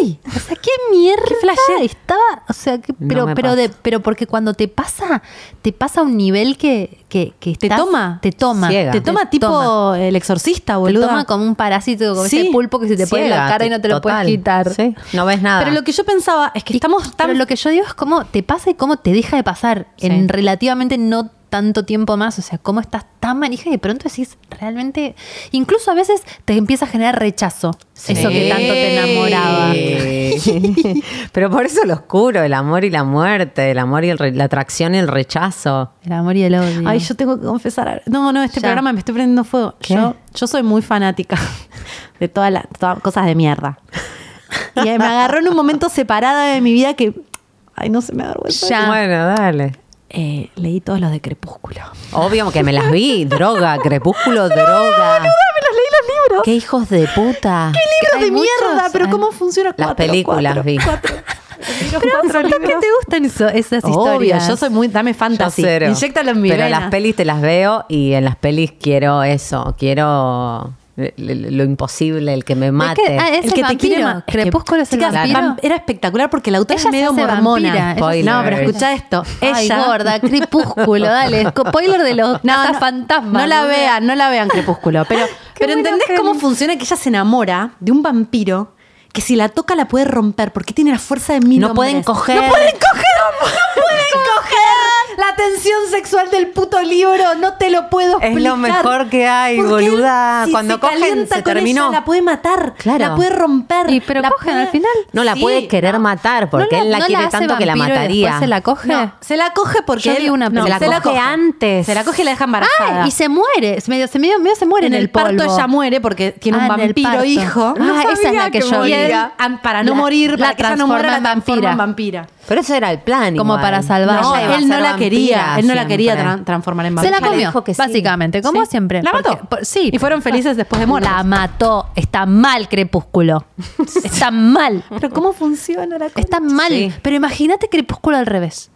Speaker 1: ahí?
Speaker 4: o sea, qué mierda
Speaker 1: flashé.
Speaker 4: estaba, o sea, que-
Speaker 3: No
Speaker 4: pero
Speaker 3: me
Speaker 4: pero
Speaker 3: pasa.
Speaker 4: de pero porque cuando te pasa, te pasa a un nivel que que, que
Speaker 1: Te
Speaker 4: estás-
Speaker 1: toma.
Speaker 4: te toma,
Speaker 3: Ciega.
Speaker 1: Te toma tipo
Speaker 4: toma.
Speaker 1: el exorcista,
Speaker 4: Te
Speaker 1: boludo.
Speaker 4: toma como un parásito, como
Speaker 1: Sí.
Speaker 4: ese pulpo que se te pone en la
Speaker 3: Ciega,
Speaker 4: cara y no te lo
Speaker 3: total.
Speaker 4: puedes quitar.
Speaker 3: Sí, no ves nada.
Speaker 1: Pero lo que yo pensaba es que
Speaker 4: Y-
Speaker 1: estamos tan.
Speaker 4: Pero lo que yo digo es cómo te pasa y cómo te deja de pasar
Speaker 1: Sí.
Speaker 4: en relativamente no tanto tiempo más. O sea, cómo estás tan manija y de pronto decís realmente. Incluso a veces te empieza a generar rechazo. Eso que tanto te enamoraba.
Speaker 3: Sí. Pero por eso lo oscuro, el amor y la muerte, el amor y el re- la atracción y el rechazo.
Speaker 4: El amor y el odio.
Speaker 1: Ay, yo tengo que confesar. algo. No, no, este
Speaker 4: Ya.
Speaker 1: programa me estoy prendiendo fuego.
Speaker 3: ¿Qué?
Speaker 1: Yo, yo soy muy fanática de todas las todas- cosas de mierda. Y me agarró en un momento separada de mi vida que. Ay, no se me avergüenza.
Speaker 4: Ya.
Speaker 3: Bueno, dale.
Speaker 1: Eh, leí todos los de Crepúsculo.
Speaker 3: Obvio que me las vi. Droga, crepúsculo, droga.
Speaker 1: Me los leí los libros.
Speaker 3: ¡Qué hijos de puta!
Speaker 1: libros
Speaker 4: Hay
Speaker 1: de
Speaker 4: muchos,
Speaker 1: mierda! Pero
Speaker 4: hay-
Speaker 1: ¿cómo funciona?
Speaker 3: Las
Speaker 1: Cuatro,
Speaker 3: películas
Speaker 1: cuatro,
Speaker 3: vi.
Speaker 1: cuatro.
Speaker 4: pero ¿por qué te gustan eso- esas
Speaker 1: Obvio,
Speaker 4: historias?
Speaker 1: yo soy muy. Dame
Speaker 3: Yo
Speaker 1: fantasy.
Speaker 3: cero.
Speaker 1: Inyéctalo en mi
Speaker 3: Pero
Speaker 1: vena.
Speaker 3: las pelis te las veo y en las pelis quiero eso. Quiero le- le- lo imposible, el que me mate.
Speaker 4: Ah, es
Speaker 1: El
Speaker 4: el
Speaker 1: que te
Speaker 4: vampiro.
Speaker 1: quiere ma- es que-
Speaker 4: Crepúsculo es el
Speaker 1: Chicas,
Speaker 4: vampiro.
Speaker 1: vam- Era espectacular porque la autora
Speaker 4: Ella
Speaker 1: es medio
Speaker 4: se hace vampira,
Speaker 1: mormona.
Speaker 4: ella
Speaker 3: se
Speaker 1: No,
Speaker 3: hace
Speaker 1: pero
Speaker 3: vampira.
Speaker 1: escucha esto.
Speaker 4: Ay,
Speaker 1: Ella
Speaker 4: gorda, crepúsculo, dale. Spoiler de los
Speaker 1: no, no,
Speaker 4: fantasmas.
Speaker 1: No la vean, no la vean Crepúsculo. Pero, pero
Speaker 4: buena
Speaker 1: ¿entendés
Speaker 4: peli.
Speaker 1: cómo funciona que ella se enamora de un vampiro que si la toca la puede romper porque tiene la fuerza de mil
Speaker 3: No
Speaker 1: hombres?
Speaker 3: pueden coger.
Speaker 1: No pueden coger. No pueden coger. La tensión sexual del puto libro, no te lo puedo
Speaker 3: Es
Speaker 1: explicar.
Speaker 3: lo mejor que hay,
Speaker 1: Porque él,
Speaker 3: boluda. Cuando
Speaker 1: se
Speaker 3: cogen,
Speaker 1: calienta
Speaker 3: se
Speaker 1: con
Speaker 3: terminó.
Speaker 1: ella, la puede matar,
Speaker 3: Claro.
Speaker 1: la puede romper.
Speaker 4: Y, pero
Speaker 1: la
Speaker 4: cogen al final.
Speaker 3: No la
Speaker 1: Sí,
Speaker 3: puede querer
Speaker 1: no.
Speaker 3: matar porque él la quiere
Speaker 4: hace
Speaker 3: tanto que la
Speaker 4: vampiro y
Speaker 3: mataría.
Speaker 4: después se la coge.
Speaker 1: No, se la coge porque
Speaker 4: Eh. Yo
Speaker 1: él-
Speaker 4: vi una
Speaker 1: no,
Speaker 4: película.
Speaker 3: Se la coge antes.
Speaker 1: Se la coge y la deja embarazada.
Speaker 4: Ah, y se muere. Se medio, se medio, medio se muere en,
Speaker 1: en el parto
Speaker 4: polvo.
Speaker 1: ella muere porque tiene un
Speaker 4: Ah, en el
Speaker 1: vampiro
Speaker 4: parto.
Speaker 1: hijo.
Speaker 4: Ah, No esa es la sabía que que yo
Speaker 1: Y él,
Speaker 4: moría.
Speaker 1: an- para no
Speaker 4: La-
Speaker 1: morir,
Speaker 4: la
Speaker 1: para que ella no muera, la
Speaker 4: transforma en
Speaker 1: transforma en vampira.
Speaker 3: Pero eso era el plan.
Speaker 4: Como
Speaker 3: igual.
Speaker 4: para salvar.
Speaker 1: No,
Speaker 4: Ella iba a
Speaker 1: él no la quería, él no la quería
Speaker 3: siempre.
Speaker 1: tran- transformar en
Speaker 4: Se
Speaker 1: vampira.
Speaker 4: la comió,
Speaker 3: dijo que sí.
Speaker 4: básicamente, como
Speaker 1: Sí.
Speaker 4: siempre.
Speaker 1: La
Speaker 4: Porque-
Speaker 1: mató.
Speaker 4: por- sí. Ah,
Speaker 1: Y fueron felices después de muerta.
Speaker 4: La mató. Está mal, Crepúsculo. Está mal.
Speaker 1: Pero ¿cómo funciona la cosa?
Speaker 4: Está mal.
Speaker 3: Sí.
Speaker 4: Pero imagínate Crepúsculo al revés.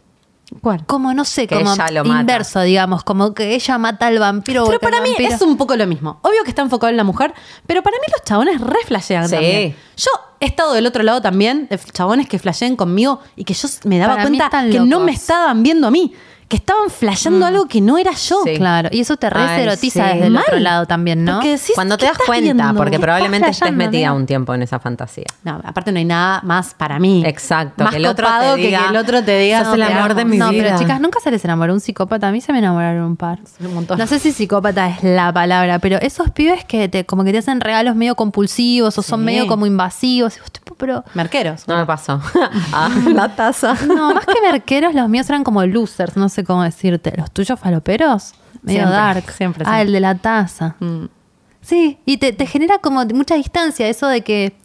Speaker 1: ¿Cuál?
Speaker 4: Como, no sé,
Speaker 3: Que
Speaker 4: como
Speaker 3: ella lo mata.
Speaker 4: inverso, digamos. Como que ella mata al vampiro.
Speaker 1: Pero
Speaker 4: porque el
Speaker 1: para mí
Speaker 4: vampiro-
Speaker 1: es un poco lo mismo. Obvio que está enfocado en la mujer, pero para mí los chabones re flashean
Speaker 3: Sí.
Speaker 1: también. Yo he estado del otro lado también de chabones que flashean conmigo y que yo me daba
Speaker 4: Para mí
Speaker 1: cuenta
Speaker 4: están
Speaker 1: que no
Speaker 4: locos. Mm.
Speaker 1: me estaban viendo a mí, que estaban flasheando algo que no era yo.
Speaker 3: Sí.
Speaker 4: Claro, y eso te
Speaker 3: Ay,
Speaker 4: reserotiza
Speaker 3: sí.
Speaker 4: desde el
Speaker 1: Mal.
Speaker 4: otro lado también, ¿no?
Speaker 1: Porque decís,
Speaker 3: Cuando
Speaker 1: ¿qué
Speaker 3: te das
Speaker 1: estás
Speaker 3: cuenta,
Speaker 1: viendo?
Speaker 3: porque
Speaker 1: ¿Qué
Speaker 3: probablemente
Speaker 1: estás
Speaker 3: estés
Speaker 1: flasheando,
Speaker 3: metida
Speaker 1: nena?
Speaker 3: un tiempo en esa fantasía.
Speaker 1: No, aparte no hay nada más para mí.
Speaker 3: Exacto,
Speaker 1: Más
Speaker 3: que el otro te
Speaker 1: copado que-
Speaker 3: diga,
Speaker 1: que, el otro te diga.
Speaker 3: "Sos
Speaker 1: no,
Speaker 3: el
Speaker 1: te
Speaker 3: amor
Speaker 1: amo".
Speaker 3: de mi
Speaker 4: no,
Speaker 3: vida.
Speaker 4: pero chicas, nunca se les enamoró un psicópata. A mí se me enamoraron un par.
Speaker 1: Un montón.
Speaker 4: No sé si psicópata es la palabra, pero esos pibes que te, como que te hacen regalos medio compulsivos o son
Speaker 1: Sí.
Speaker 4: medio como invasivos. y vos tipo, pero.
Speaker 1: Merqueros.
Speaker 3: No me pasó. Ah, la taza.
Speaker 4: No, más que merqueros, los míos eran como losers, no sé cómo decirte. ¿Los tuyos faloperos? Medio
Speaker 1: Siempre,
Speaker 4: dark.
Speaker 1: siempre,
Speaker 4: Ah,
Speaker 1: siempre.
Speaker 4: el de la taza.
Speaker 1: Mm.
Speaker 4: Sí, y te, te genera como mucha distancia eso de que.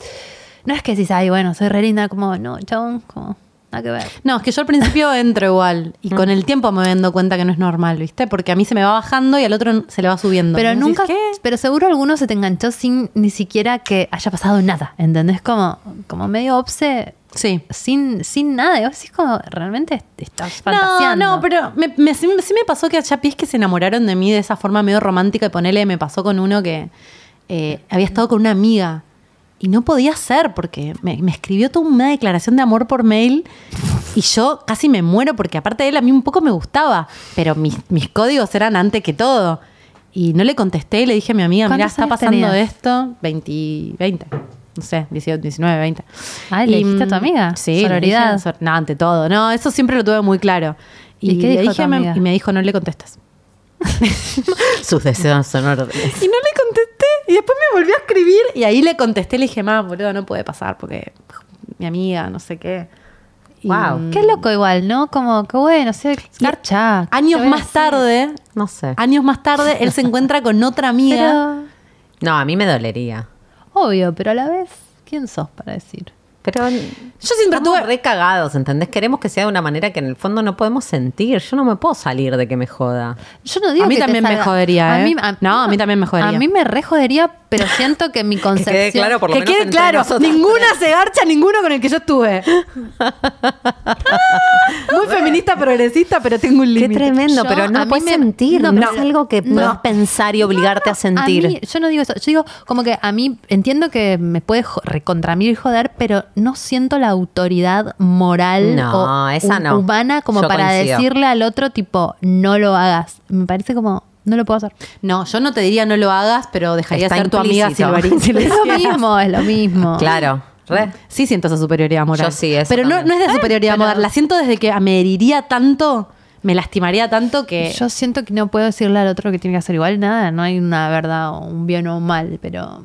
Speaker 4: No es que decís, ay, bueno, soy re linda, como, no, chabón, como, nada que ver.
Speaker 1: No, es que yo al principio entro igual
Speaker 3: Mm.
Speaker 1: y con el tiempo me voy dando cuenta que no es normal, ¿viste? Porque a mí se me va bajando y al otro se le va subiendo.
Speaker 4: Pero
Speaker 1: Y vos
Speaker 4: nunca,
Speaker 1: decís, ¿qué?
Speaker 4: pero seguro alguno se te enganchó sin ni siquiera que haya pasado nada, ¿entendés? Como, como medio obse,
Speaker 1: Sí.
Speaker 4: sin, sin nada. Y vos decís como, realmente estás fantaseando.
Speaker 1: No, no, pero me, me- sí, sí me pasó que a chapis que se enamoraron de mí de esa forma medio romántica y ponele, me pasó con uno que eh, había estado con una amiga y no podía ser porque me, me escribió toda una declaración de amor por mail y yo casi me muero porque aparte de él a mí un poco me gustaba, pero mis, mis códigos eran antes que todo. Y no le contesté y le dije a mi amiga, mira,
Speaker 4: ¿Cuántos
Speaker 1: está
Speaker 4: años
Speaker 1: pasando
Speaker 4: tenías?
Speaker 1: esto, 20, 20, no sé, 18, 19, 20.
Speaker 4: Ay, Ah, ¿le
Speaker 1: Y,
Speaker 4: dijiste a tu
Speaker 1: mm,
Speaker 4: amiga?
Speaker 1: Sí, le
Speaker 4: Sororidad.
Speaker 1: dije, sor- no, ante todo. No, eso siempre lo tuve muy claro. Y,
Speaker 4: ¿Y qué
Speaker 1: le
Speaker 4: dijo tu
Speaker 1: dije a mi-
Speaker 4: amiga?
Speaker 1: y me dijo, no le contestas.
Speaker 3: Sus deseos son órdenes.
Speaker 1: Y no le contesté. Y después me volvió a escribir. Y ahí le contesté, le dije, más, boludo, no puede pasar porque mi amiga, no sé qué. Y,
Speaker 3: Wow.
Speaker 4: Qué loco igual, ¿no? Como que bueno, sé,
Speaker 1: y
Speaker 4: garcha.
Speaker 1: Años
Speaker 4: Te voy a
Speaker 1: más
Speaker 4: decir.
Speaker 1: tarde,
Speaker 3: No sé.
Speaker 4: Ah,
Speaker 1: años más tarde, él se encuentra con otra amiga.
Speaker 4: Pero,
Speaker 3: No, a mí me dolería.
Speaker 4: obvio, pero a la vez, ¿quién sos para decir?
Speaker 3: Pero
Speaker 1: Yo siempre
Speaker 3: estamos
Speaker 1: tuve.
Speaker 3: recagados, ¿entendés? Queremos que sea de una manera que en el fondo no podemos sentir. Yo no me puedo salir de que me joda.
Speaker 4: Yo no digo
Speaker 1: A mí
Speaker 4: que te
Speaker 1: también me
Speaker 4: salga-
Speaker 1: jodería, ¿eh? No, a mí también me jodería.
Speaker 4: A mí me re jodería, pero siento que mi
Speaker 3: quede
Speaker 4: concepción...
Speaker 3: claro por lo
Speaker 1: que
Speaker 3: menos
Speaker 1: quede
Speaker 3: entre
Speaker 1: claro,
Speaker 3: nosotras
Speaker 1: ninguna se garcha a ninguno con el que yo estuve. Muy feminista progresista, pero tengo un
Speaker 3: Qué
Speaker 1: límite.
Speaker 3: tremendo,
Speaker 4: Yo-
Speaker 3: pero no
Speaker 4: a
Speaker 3: lo
Speaker 4: mí
Speaker 3: puedes
Speaker 4: me-
Speaker 3: sentir. No,
Speaker 4: no,
Speaker 3: es
Speaker 4: pero-
Speaker 3: algo que
Speaker 4: no.
Speaker 3: puedas pensar y obligarte a sentir.
Speaker 4: A mí- yo no digo eso. Yo digo, como que a mí entiendo que me puede jo- recontra mí y joder, pero no siento la autoridad moral
Speaker 3: No,
Speaker 4: o
Speaker 3: esa
Speaker 4: hu-
Speaker 3: no.
Speaker 4: humana como
Speaker 3: Yo
Speaker 4: para
Speaker 3: coincido.
Speaker 4: decirle al otro, tipo, no lo hagas. Me parece como, no lo puedo hacer.
Speaker 1: No, yo no te diría no lo hagas, pero dejaría
Speaker 3: Está
Speaker 1: ser tu amiga
Speaker 3: implícito.
Speaker 1: Silvarín. si lo
Speaker 4: Es lo
Speaker 1: hicieras.
Speaker 4: mismo, es lo mismo.
Speaker 3: Claro. Re.
Speaker 1: Sí siento esa superioridad moral.
Speaker 3: Yo sí, eso
Speaker 1: Pero no,
Speaker 3: también.
Speaker 1: no es de superioridad
Speaker 4: pero-
Speaker 1: moral. La siento desde que me heriría tanto, me lastimaría tanto que...
Speaker 4: Eh, Yo siento que no puedo decirle al otro que tiene que hacer igual nada. No hay una verdad o un bien o un mal, pero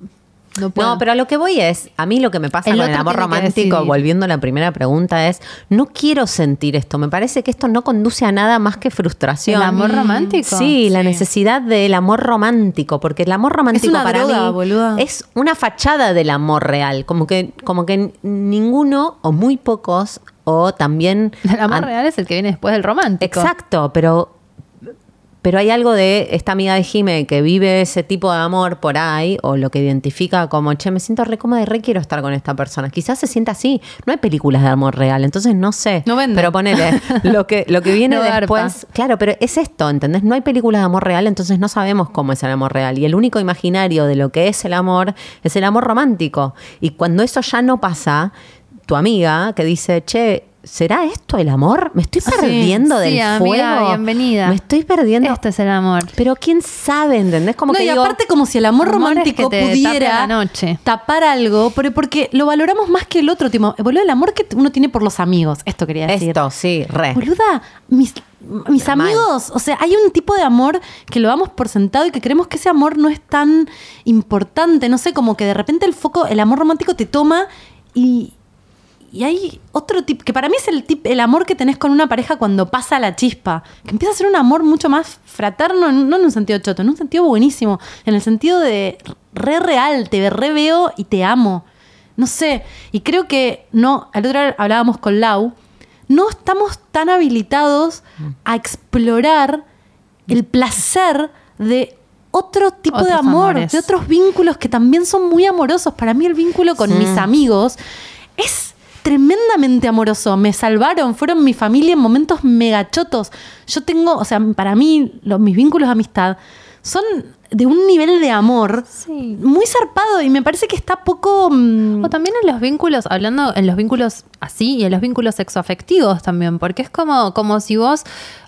Speaker 4: no puedo.
Speaker 3: No, pero a lo que voy es, a mí lo que me pasa
Speaker 4: El
Speaker 3: con el
Speaker 4: otro
Speaker 3: amor
Speaker 4: tiene que
Speaker 3: romántico,
Speaker 4: decidir.
Speaker 3: volviendo a la primera pregunta, es, no quiero sentir esto, me parece que esto no conduce a nada más que frustración.
Speaker 4: ¿El amor romántico?
Speaker 3: mm, Sí, la
Speaker 1: Sí.
Speaker 3: necesidad del amor romántico, porque el amor romántico
Speaker 1: una
Speaker 3: para
Speaker 1: droga,
Speaker 3: mí
Speaker 1: boluda.
Speaker 3: es una fachada del amor real, como que, como que n- ninguno o muy pocos o también...
Speaker 4: El amor
Speaker 3: an-
Speaker 4: real es el que viene después del romántico.
Speaker 3: Exacto, pero, pero hay algo de esta amiga de Jime que vive ese tipo de amor por ahí, o lo que identifica como, che, me siento re cómoda y re quiero estar con esta persona. Quizás se sienta así. No hay películas de amor real, entonces no sé.
Speaker 1: No venden.
Speaker 3: Pero ponele, lo que, lo que viene
Speaker 4: No garpa.
Speaker 3: después. Claro, pero es esto, ¿entendés? No hay películas de amor real, entonces no sabemos cómo es el amor real. Y el único imaginario de lo que es el amor es el amor romántico. Y cuando eso ya no pasa, tu amiga que dice, che, ¿será esto el amor? ¿Me estoy
Speaker 1: Sí,
Speaker 3: perdiendo del
Speaker 4: sí, amiga,
Speaker 3: fuego?
Speaker 4: bienvenida.
Speaker 3: Me estoy perdiendo.
Speaker 4: Esto Este es el amor.
Speaker 3: Pero quién sabe, ¿entendés? Como
Speaker 1: No,
Speaker 3: que
Speaker 1: y
Speaker 3: digo,
Speaker 1: aparte como si el amor
Speaker 4: Amor es que
Speaker 1: romántico
Speaker 4: te
Speaker 1: pudiera
Speaker 4: tape la noche.
Speaker 1: tapar algo, pero porque lo valoramos más que el otro. Tipo, boludo, el amor que uno tiene por los amigos, esto quería decir.
Speaker 3: esto, sí, re.
Speaker 1: Boluda, mis, mis
Speaker 3: Mal.
Speaker 1: amigos, o sea, hay un tipo de amor que lo damos por sentado y que creemos que ese amor no es tan importante, no sé, como que de repente el foco, el amor romántico te toma y, y hay otro tipo, que para mí es el, tip, el amor que tenés con una pareja cuando pasa la chispa, que empieza a ser un amor mucho más fraterno, en- no en un sentido choto, en un sentido buenísimo, en el sentido de re real, te re veo y te amo. No sé, y creo que no, al otro día hablábamos con Lau, no estamos tan habilitados a explorar el placer de otro tipo de
Speaker 4: Otros
Speaker 1: amor,
Speaker 4: amores.
Speaker 1: de otros vínculos que también son muy amorosos. Para mí el vínculo con mis amigos es tremendamente amoroso. Me salvaron, fueron mi familia en momentos megachotos. Yo tengo, o sea, para mí los, mis vínculos de amistad son de un nivel de amor
Speaker 4: Sí.
Speaker 1: muy zarpado y me parece que está poco... mm,
Speaker 4: O también en los vínculos, hablando en los vínculos así y en los vínculos sexoafectivos también, porque es como, como si vos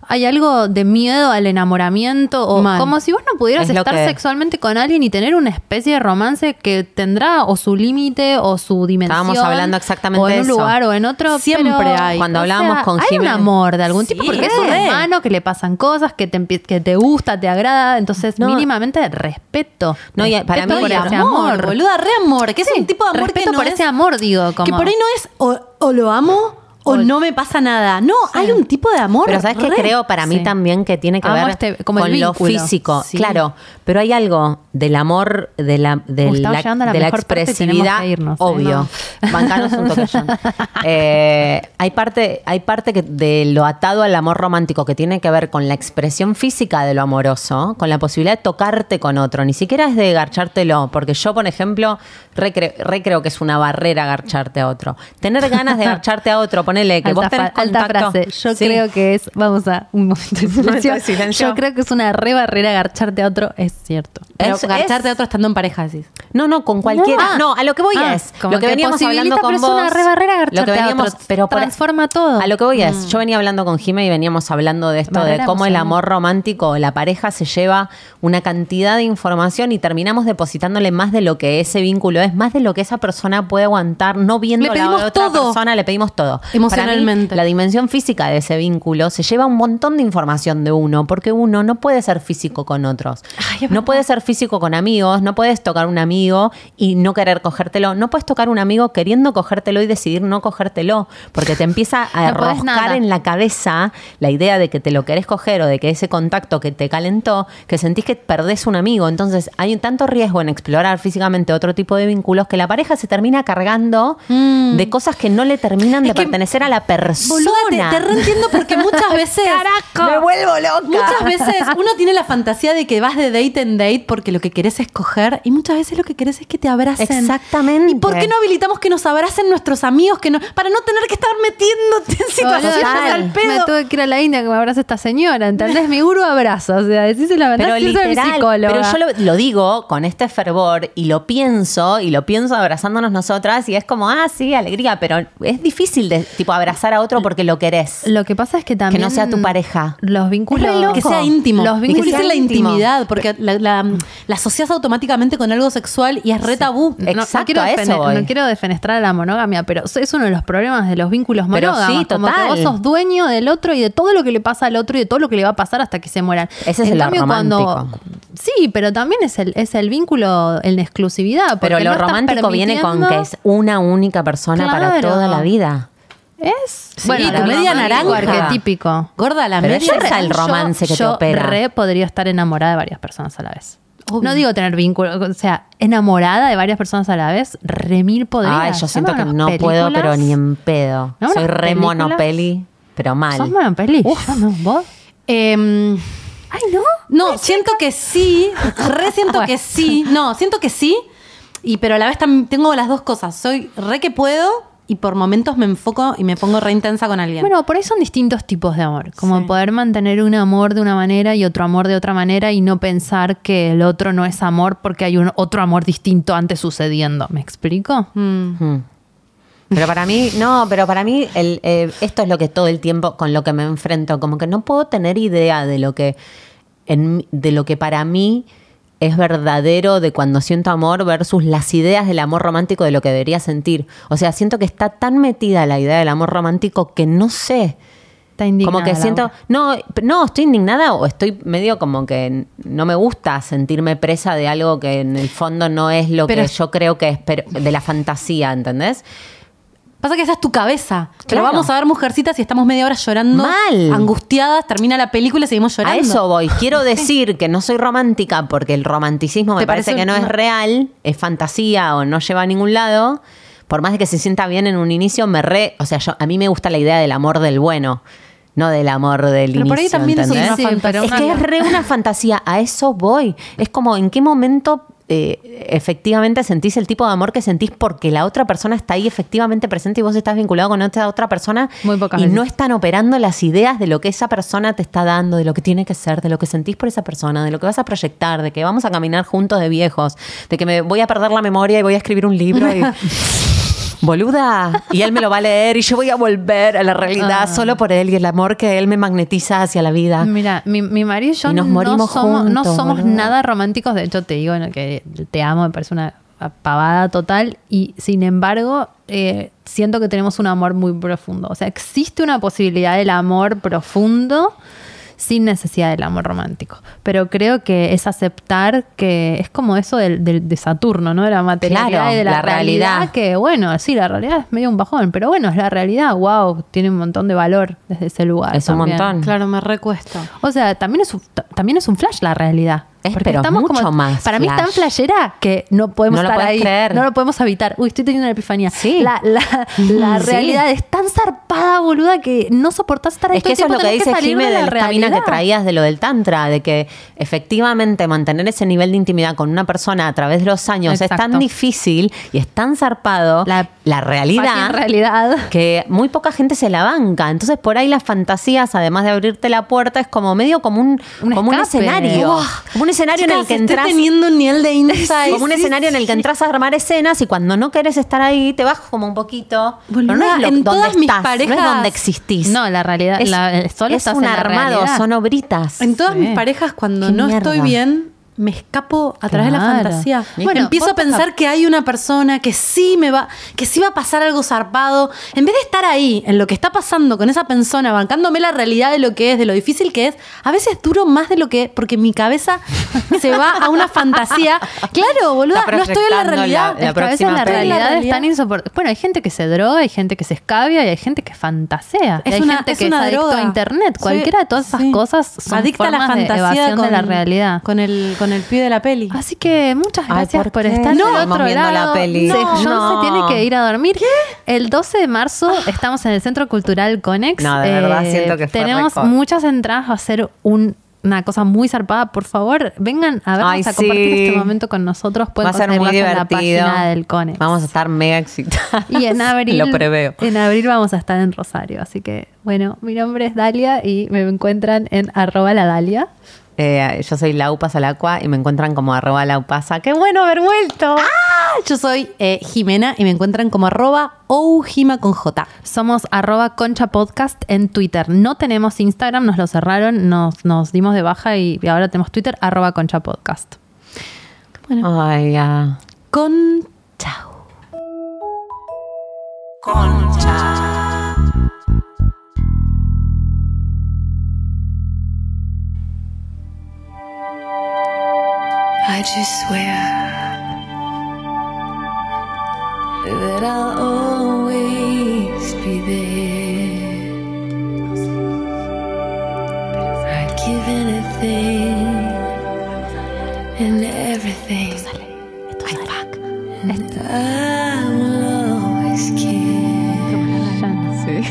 Speaker 4: hay algo de miedo al enamoramiento o
Speaker 1: Mal.
Speaker 4: como si vos no pudieras
Speaker 3: Es lo
Speaker 4: estar
Speaker 3: que-
Speaker 4: sexualmente con alguien y tener una especie de romance que tendrá o su límite o su dimensión.
Speaker 3: Estábamos hablando exactamente
Speaker 4: O en
Speaker 3: de
Speaker 4: un
Speaker 3: eso.
Speaker 4: lugar o en otro.
Speaker 1: Siempre
Speaker 4: pero,
Speaker 1: hay.
Speaker 3: Cuando
Speaker 4: o
Speaker 3: hablábamos con
Speaker 4: Hay un
Speaker 3: Jimena-
Speaker 4: amor de algún
Speaker 1: Sí,
Speaker 4: tipo porque es
Speaker 1: re.
Speaker 4: humano, que le pasan cosas, que te, empie- que te gusta, te agrada. Entonces,
Speaker 3: No.
Speaker 4: mínimamente respeto.
Speaker 3: No, y para
Speaker 4: Respeto
Speaker 3: mí
Speaker 4: por
Speaker 3: el
Speaker 4: ese
Speaker 1: amor, boluda, re amor, que es
Speaker 4: Sí,
Speaker 1: un tipo de amor
Speaker 4: respeto
Speaker 1: que no
Speaker 4: por
Speaker 1: es-
Speaker 4: ese amor, digo, como
Speaker 1: Que por ahí no es o, o lo amo o,
Speaker 4: O-
Speaker 1: no me pasa nada. No, hay un tipo de amor.
Speaker 3: Pero sabes que
Speaker 1: re-
Speaker 3: creo para mí
Speaker 4: Sí.
Speaker 3: también que tiene que
Speaker 4: Amo
Speaker 3: ver
Speaker 4: este- como el
Speaker 3: con lo
Speaker 4: vínculo.
Speaker 3: físico,
Speaker 4: Sí.
Speaker 3: claro. Pero hay algo del amor, de la, de
Speaker 4: Uy, estamos
Speaker 3: la-
Speaker 4: llegando a la
Speaker 3: de la
Speaker 4: mejor parte y tenemos
Speaker 3: expresividad,
Speaker 4: que irnos, ¿eh?
Speaker 3: obvio. Bancanos un toque, John. Eh, hay parte, hay parte que de lo atado al amor romántico que tiene que ver con la expresión física de lo amoroso, con la posibilidad de tocarte con otro. Ni siquiera es de garchártelo, porque yo, por ejemplo, recreo, que es una barrera garcharte a otro. Tener ganas de garcharte a otro, ponele que
Speaker 4: alta,
Speaker 3: vos tenés
Speaker 4: fra- alta
Speaker 3: contacto-
Speaker 4: frase. Yo
Speaker 3: Sí.
Speaker 4: creo que es. Vamos a un momento de
Speaker 3: momento de
Speaker 4: silencio.
Speaker 3: silencio.
Speaker 4: Yo creo que es una re barrera agarcharte a otro. Es cierto.
Speaker 1: Pero
Speaker 3: Es-
Speaker 1: garcharte a
Speaker 3: es-
Speaker 1: otro estando en pareja, decís.
Speaker 3: No, no, con cualquiera.
Speaker 4: Ah.
Speaker 3: No, a lo que voy
Speaker 4: Ah,
Speaker 3: es.
Speaker 4: como
Speaker 3: lo que,
Speaker 4: que
Speaker 3: veníamos hablando
Speaker 4: posibilita,
Speaker 3: con
Speaker 4: pero es
Speaker 3: vos.
Speaker 4: una re barrera
Speaker 3: lo
Speaker 4: garcharte
Speaker 3: que
Speaker 4: a
Speaker 3: veníamos,
Speaker 4: otros.
Speaker 3: pero por-
Speaker 4: Transforma todo. Mm.
Speaker 3: A lo que voy es. Yo venía hablando con Jime y veníamos hablando de esto, de
Speaker 4: Barrera
Speaker 3: cómo el
Speaker 4: emocional.
Speaker 3: amor romántico, o la pareja se lleva una cantidad de información y terminamos depositándole más de lo que ese vínculo es, más de lo que esa persona puede aguantar, no viendo
Speaker 1: Le
Speaker 3: la
Speaker 1: pedimos
Speaker 3: otra
Speaker 1: todo.
Speaker 3: persona, le pedimos todo. para mí,
Speaker 1: Emocionalmente.
Speaker 3: la dimensión física de ese vínculo se lleva un montón de información de uno, porque uno no puede ser físico con otros. no puede ser físico con amigos, no puedes tocar un amigo y no querer cogértelo. No puedes tocar un amigo queriendo cogértelo y decidir no cogértelo, porque te empieza a
Speaker 4: No podés
Speaker 3: enroscar
Speaker 4: nada.
Speaker 3: en la cabeza la idea de que te lo querés coger o de que ese contacto que te calentó, que sentís que perdés un amigo. Entonces hay tanto riesgo en explorar físicamente otro tipo de vínculos que la pareja se termina cargando
Speaker 4: Mm.
Speaker 3: de cosas que no le terminan de
Speaker 1: Es que,
Speaker 3: pertenecer a la persona.
Speaker 1: Boluda, te, te reentiendo porque muchas veces.
Speaker 3: Me vuelvo loca.
Speaker 1: Muchas veces uno tiene la fantasía de que vas de date en date porque lo que querés es coger y muchas veces lo que querés es que te abracen.
Speaker 3: Exactamente.
Speaker 1: ¿Y por qué no habilitamos que nos abracen nuestros amigos que no, para no tener que estar metiéndote en situaciones
Speaker 3: Total.
Speaker 1: al
Speaker 4: Me
Speaker 1: pedo?
Speaker 4: tuve que ir a la India que me abraza esta señora, ¿entendés? Mi guru abraza, o sea, decís la verdad,
Speaker 3: Pero
Speaker 4: sí soy
Speaker 3: literal,
Speaker 4: psicóloga.
Speaker 3: pero yo lo, lo digo con este fervor y lo pienso y lo pienso abrazándonos nosotras y es como, ah, sí, alegría, pero es difícil de tipo abrazar a otro porque lo querés.
Speaker 4: Lo que pasa es que también.
Speaker 3: no sea tu pareja. Es
Speaker 4: Los
Speaker 3: re
Speaker 4: vínculos.
Speaker 3: loco.
Speaker 1: que sea íntimo.
Speaker 4: Los
Speaker 1: Los
Speaker 4: vínculos.
Speaker 1: que sea la
Speaker 3: íntimo.
Speaker 1: intimidad, porque la, la, la asocias automáticamente con algo sexual y es re tabú.
Speaker 4: No- no,
Speaker 3: Exacto,
Speaker 4: quiero
Speaker 3: a eso
Speaker 4: defene-
Speaker 3: voy.
Speaker 4: no quiero defenestrar a la monogamia, pero so- es uno de los problemas de los vínculos
Speaker 3: Pero
Speaker 4: monógamos.
Speaker 3: sí,
Speaker 4: como que
Speaker 3: total.
Speaker 4: vos sos dueño del otro y de todo lo que le pasa al otro y de todo lo que le va a pasar hasta que se mueran.
Speaker 3: Ese es
Speaker 4: En
Speaker 3: lo
Speaker 4: cambio,
Speaker 3: romántico.
Speaker 4: Sí, pero también es el, es el vínculo en exclusividad.
Speaker 3: Pero
Speaker 4: porque
Speaker 3: lo
Speaker 4: no estás
Speaker 3: romántico viene con que
Speaker 4: permitiendo-
Speaker 3: es una única persona para
Speaker 4: Claro.
Speaker 3: toda la vida.
Speaker 4: Es
Speaker 1: Sí, tu
Speaker 4: lo
Speaker 1: media
Speaker 4: romántico
Speaker 1: naranja.
Speaker 4: arquetípico.
Speaker 1: Gorda, la
Speaker 3: Pero
Speaker 1: media
Speaker 3: ese es el
Speaker 1: naranja.
Speaker 3: romance que te
Speaker 4: yo
Speaker 3: opera.
Speaker 4: re podría estar enamorada de varias personas a la vez.
Speaker 1: Obvio.
Speaker 4: No digo tener vínculo, o sea, enamorada de varias personas a la vez, re mil podría.
Speaker 3: Ay, yo siento que
Speaker 4: Llaman
Speaker 3: no
Speaker 4: unas
Speaker 3: puedo, pero ni en pedo.
Speaker 4: ¿No?
Speaker 3: Soy
Speaker 4: Unas
Speaker 3: re
Speaker 4: películas.
Speaker 3: monopeli, pero mal.
Speaker 4: ¿Sos monopeli? Yo no, ¿Vos?
Speaker 1: Em,
Speaker 4: Ay, no.
Speaker 1: No, siento que sí, re siento
Speaker 4: Bueno.
Speaker 1: que sí. No, siento que sí, y pero a la vez también tengo las dos cosas. Soy re que puedo y por momentos me enfoco y me pongo re intensa con alguien.
Speaker 4: Bueno, por ahí son distintos tipos de amor. Como
Speaker 1: Sí.
Speaker 4: poder mantener un amor de una manera y otro amor de otra manera y no pensar que el otro no es amor porque hay un otro amor distinto antes sucediendo. ¿Me explico?
Speaker 1: Mm.
Speaker 3: Mm. Pero para mí, no, pero para mí el, eh, esto es lo que todo el tiempo con lo que me enfrento, como que no puedo tener idea de lo que en- de lo que para mí es verdadero de cuando siento amor versus las ideas del amor romántico de lo que debería sentir. O sea, siento que está tan metida la idea del amor romántico que no sé.
Speaker 4: Está indignada.
Speaker 3: Como que siento,
Speaker 4: Laura.
Speaker 3: no, p- no, estoy indignada o estoy medio como que n- no me gusta sentirme presa de algo que en el fondo no es lo
Speaker 1: Pero
Speaker 3: que
Speaker 1: es-
Speaker 3: yo creo que es, pero- de la fantasía, ¿entendés?
Speaker 1: Pasa que esa es tu cabeza. Pero
Speaker 3: Claro.
Speaker 1: vamos a ver mujercitas y estamos media hora llorando.
Speaker 3: Mal.
Speaker 1: Angustiadas, termina la película y seguimos llorando.
Speaker 3: A eso voy. Quiero decir que no soy romántica porque el romanticismo me
Speaker 1: ¿Te
Speaker 3: parece,
Speaker 1: parece
Speaker 3: que no
Speaker 1: un-
Speaker 3: es real, es fantasía o no lleva a ningún lado. Por más de que se sienta bien en un inicio, me re. O sea, yo, a mí me gusta la idea del amor del bueno, no del amor del
Speaker 1: Pero
Speaker 3: inicio.
Speaker 1: por ahí también es
Speaker 3: ¿entendés?
Speaker 1: una
Speaker 4: Sí,
Speaker 1: fantasía.
Speaker 4: pero
Speaker 3: Es que es re una fantasía, a eso voy. Es como en qué momento eh, efectivamente sentís el tipo de amor que sentís porque la otra persona está ahí efectivamente presente y vos estás vinculado con esta otra persona
Speaker 4: Muy pocas
Speaker 3: y
Speaker 4: veces.
Speaker 3: no están operando las ideas de lo que esa persona te está dando, de lo que tiene que ser, de lo que sentís por esa persona, de lo que vas a proyectar, de que vamos a caminar juntos de viejos, de que me voy a perder la memoria y voy a escribir un libro y boluda. Y él me lo va a leer y yo voy a volver a la
Speaker 4: Ah.
Speaker 3: realidad solo por él y el amor que él me magnetiza hacia la vida.
Speaker 4: Mira, mi, mi marido y yo
Speaker 3: Y nos
Speaker 4: no
Speaker 3: morimos
Speaker 4: somos, no
Speaker 3: juntos,
Speaker 4: somos
Speaker 3: boludo.
Speaker 4: nada románticos. De hecho, te digo bueno, que te amo, me parece una pavada total. Y sin embargo, eh, siento que tenemos un amor muy profundo. O sea, existe una posibilidad del amor profundo sin necesidad del amor romántico. Pero creo que es aceptar que es como eso del, del- de Saturno, ¿no? De la materialidad
Speaker 3: Claro,
Speaker 4: y de la,
Speaker 3: la realidad.
Speaker 4: realidad que bueno, sí, la realidad es medio un bajón, pero bueno, es la realidad, wow, tiene un montón de valor desde ese lugar.
Speaker 3: Es un
Speaker 4: también.
Speaker 3: montón.
Speaker 1: Claro, me recuesta.
Speaker 4: O sea, también es un, ta- también es un flash la realidad.
Speaker 3: Es, pero mucho más
Speaker 4: Para mí es tan
Speaker 3: flash.
Speaker 4: flashera que no podemos
Speaker 3: No lo
Speaker 4: estar
Speaker 3: podés
Speaker 4: ahí.
Speaker 3: creer.
Speaker 4: No lo podemos evitar. Uy, estoy teniendo una epifanía.
Speaker 3: Sí.
Speaker 4: La, la- la
Speaker 3: Sí.
Speaker 4: realidad es tan zarpada, boluda, que no soportás estar ahí.
Speaker 3: Es que eso
Speaker 4: todo
Speaker 3: es
Speaker 4: el
Speaker 3: lo que dice
Speaker 4: tiempo, tenés salir
Speaker 3: Jimé
Speaker 4: de
Speaker 3: de
Speaker 4: la
Speaker 3: la estamina que
Speaker 4: realidad.
Speaker 3: traías de lo del tantra, de que efectivamente mantener ese nivel de intimidad con una persona a través de los años es
Speaker 4: Exacto.
Speaker 3: tan difícil y es tan zarpado
Speaker 4: La-
Speaker 3: la, realidad,
Speaker 4: fucking realidad.
Speaker 3: que muy poca gente se la banca. Entonces por ahí las fantasías, además de abrirte la puerta, es como medio como un,
Speaker 4: Un
Speaker 3: como un
Speaker 4: escape.
Speaker 3: escenario.
Speaker 4: Oh.
Speaker 3: como un escenario en el
Speaker 1: Chicas,
Speaker 3: que
Speaker 1: estoy
Speaker 3: entras.
Speaker 1: teniendo un nivel de insight.
Speaker 3: como un
Speaker 1: Sí,
Speaker 3: escenario en el que entras a armar escenas y cuando no querés estar ahí te bajas como un poquito.
Speaker 1: Boluda,
Speaker 3: Pero no es lo-
Speaker 1: en
Speaker 3: donde
Speaker 1: todas mis
Speaker 3: estás, no es
Speaker 1: parejas-
Speaker 3: donde existís.
Speaker 4: No, la realidad.
Speaker 3: Es,
Speaker 4: la- eh, solo
Speaker 3: es
Speaker 4: estás
Speaker 3: un
Speaker 4: en la
Speaker 3: armado,
Speaker 4: realidad.
Speaker 3: son obritas.
Speaker 1: En todas
Speaker 4: Sí.
Speaker 1: mis parejas, cuando
Speaker 3: Qué
Speaker 1: no
Speaker 3: mierda.
Speaker 1: estoy bien, me escapo a través de la
Speaker 4: Claro.
Speaker 1: fantasía.
Speaker 4: Bueno,
Speaker 1: empiezo a
Speaker 4: vos
Speaker 1: pensar que hay una persona que sí me va, que sí va a pasar algo zarpado. En vez de estar ahí, en lo que está pasando con esa persona, bancándome la realidad de lo que es, de lo difícil que es, a veces duro más de lo que porque mi cabeza se va a una fantasía. Claro, boluda,
Speaker 3: Está
Speaker 1: no estoy en la
Speaker 3: proyectando
Speaker 1: realidad.
Speaker 4: Es que a veces
Speaker 3: próxima
Speaker 4: la
Speaker 1: peli.
Speaker 4: realidad,
Speaker 1: La
Speaker 4: es
Speaker 1: realidad.
Speaker 4: tan insoportable. Bueno, hay gente que se droga, hay gente que se escabia y hay gente que fantasea.
Speaker 1: Es
Speaker 4: hay
Speaker 1: una-
Speaker 4: gente
Speaker 1: es
Speaker 4: que
Speaker 1: una
Speaker 4: es adicto
Speaker 1: droga.
Speaker 4: a internet.
Speaker 1: Sí,
Speaker 4: Cualquiera de todas esas
Speaker 1: sí.
Speaker 4: cosas son
Speaker 1: Adicta
Speaker 4: formas
Speaker 1: a la fantasía
Speaker 4: de evasión
Speaker 1: con,
Speaker 4: de la realidad.
Speaker 1: Con el, con el pie de la peli.
Speaker 4: Así que muchas
Speaker 3: Ay,
Speaker 4: gracias
Speaker 3: ¿por
Speaker 4: por,
Speaker 3: qué?
Speaker 4: estar
Speaker 3: No.
Speaker 4: del
Speaker 3: Estamos
Speaker 4: otro
Speaker 3: viendo
Speaker 4: lado.
Speaker 3: la peli.
Speaker 4: Se-
Speaker 3: No.
Speaker 4: John
Speaker 3: No.
Speaker 4: se tiene que ir a dormir. El 12 de marzo
Speaker 1: Ah.
Speaker 4: estamos en el Centro Cultural Conex. Eh,
Speaker 3: No, de verdad, siento que fue
Speaker 4: Tenemos
Speaker 3: récord.
Speaker 4: muchas entradas. Va a ser un- una cosa muy zarpada. Por favor, vengan a vernos
Speaker 3: Ay,
Speaker 4: a compartir
Speaker 3: sí.
Speaker 4: este momento con nosotros.
Speaker 3: Va
Speaker 4: Pueden
Speaker 3: a ser muy
Speaker 4: conseguirlas en la
Speaker 3: divertido.
Speaker 4: página del Conex.
Speaker 3: Vamos a estar mega excitados.
Speaker 4: y en abril,
Speaker 3: Lo preveo.
Speaker 4: en abril vamos a estar en Rosario. Así que, bueno, mi nombre es Dalia y me encuentran en arroba la Dalia.
Speaker 3: Eh, yo soy Lau Pasalacua y me encuentran como arroba laupasa. ¡Qué bueno haber
Speaker 1: Ah,
Speaker 3: vuelto!
Speaker 1: Yo soy eh, Jimena y me encuentran como arroba oujima con J.
Speaker 4: Somos arroba concha podcast en Twitter. No tenemos Instagram, nos lo cerraron, nos, nos dimos de baja y, y ahora tenemos Twitter arroba concha podcast.
Speaker 3: Ay, ya.
Speaker 1: Con chao.
Speaker 5: I just swear that I'll always be there. I'd give anything and everything. And I will always care.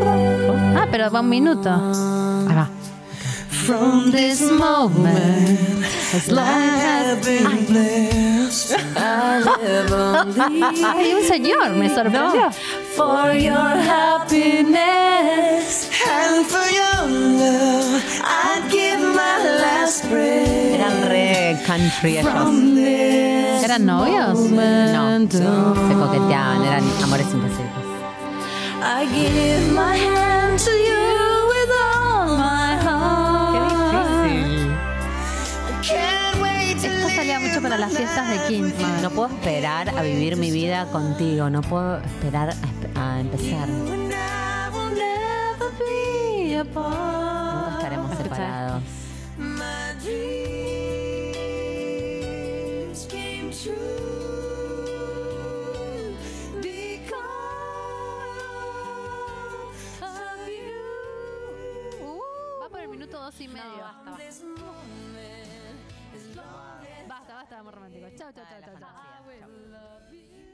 Speaker 4: Ah, pero va un minuto. Ahí va.
Speaker 5: From this moment, as life has been blessed, I live on
Speaker 4: Ah, hay un señor, me sorprendió.
Speaker 5: for your happiness and for your love. I'd give my last breath.
Speaker 3: Eran re country ellos.
Speaker 4: ¿Eran novios?
Speaker 3: No, se coqueteaban, eran amores imposibles.
Speaker 5: I give my hand to you with all my heart. Can't wait to
Speaker 4: Esto salía mucho para las fiestas de 15.
Speaker 3: No puedo esperar a vivir mi vida contigo, no puedo esperar a, esp- a empezar. Nunca
Speaker 5: and I will never be apart.
Speaker 3: estaremos separados.
Speaker 5: My dreams came true because of you.
Speaker 4: Va por el minuto dos y medio. basta, basta.
Speaker 5: This moment is long as
Speaker 4: Basta, basta, vamos románticos. Chao, chao, chao, chao.
Speaker 5: I
Speaker 4: chao.
Speaker 5: will love you.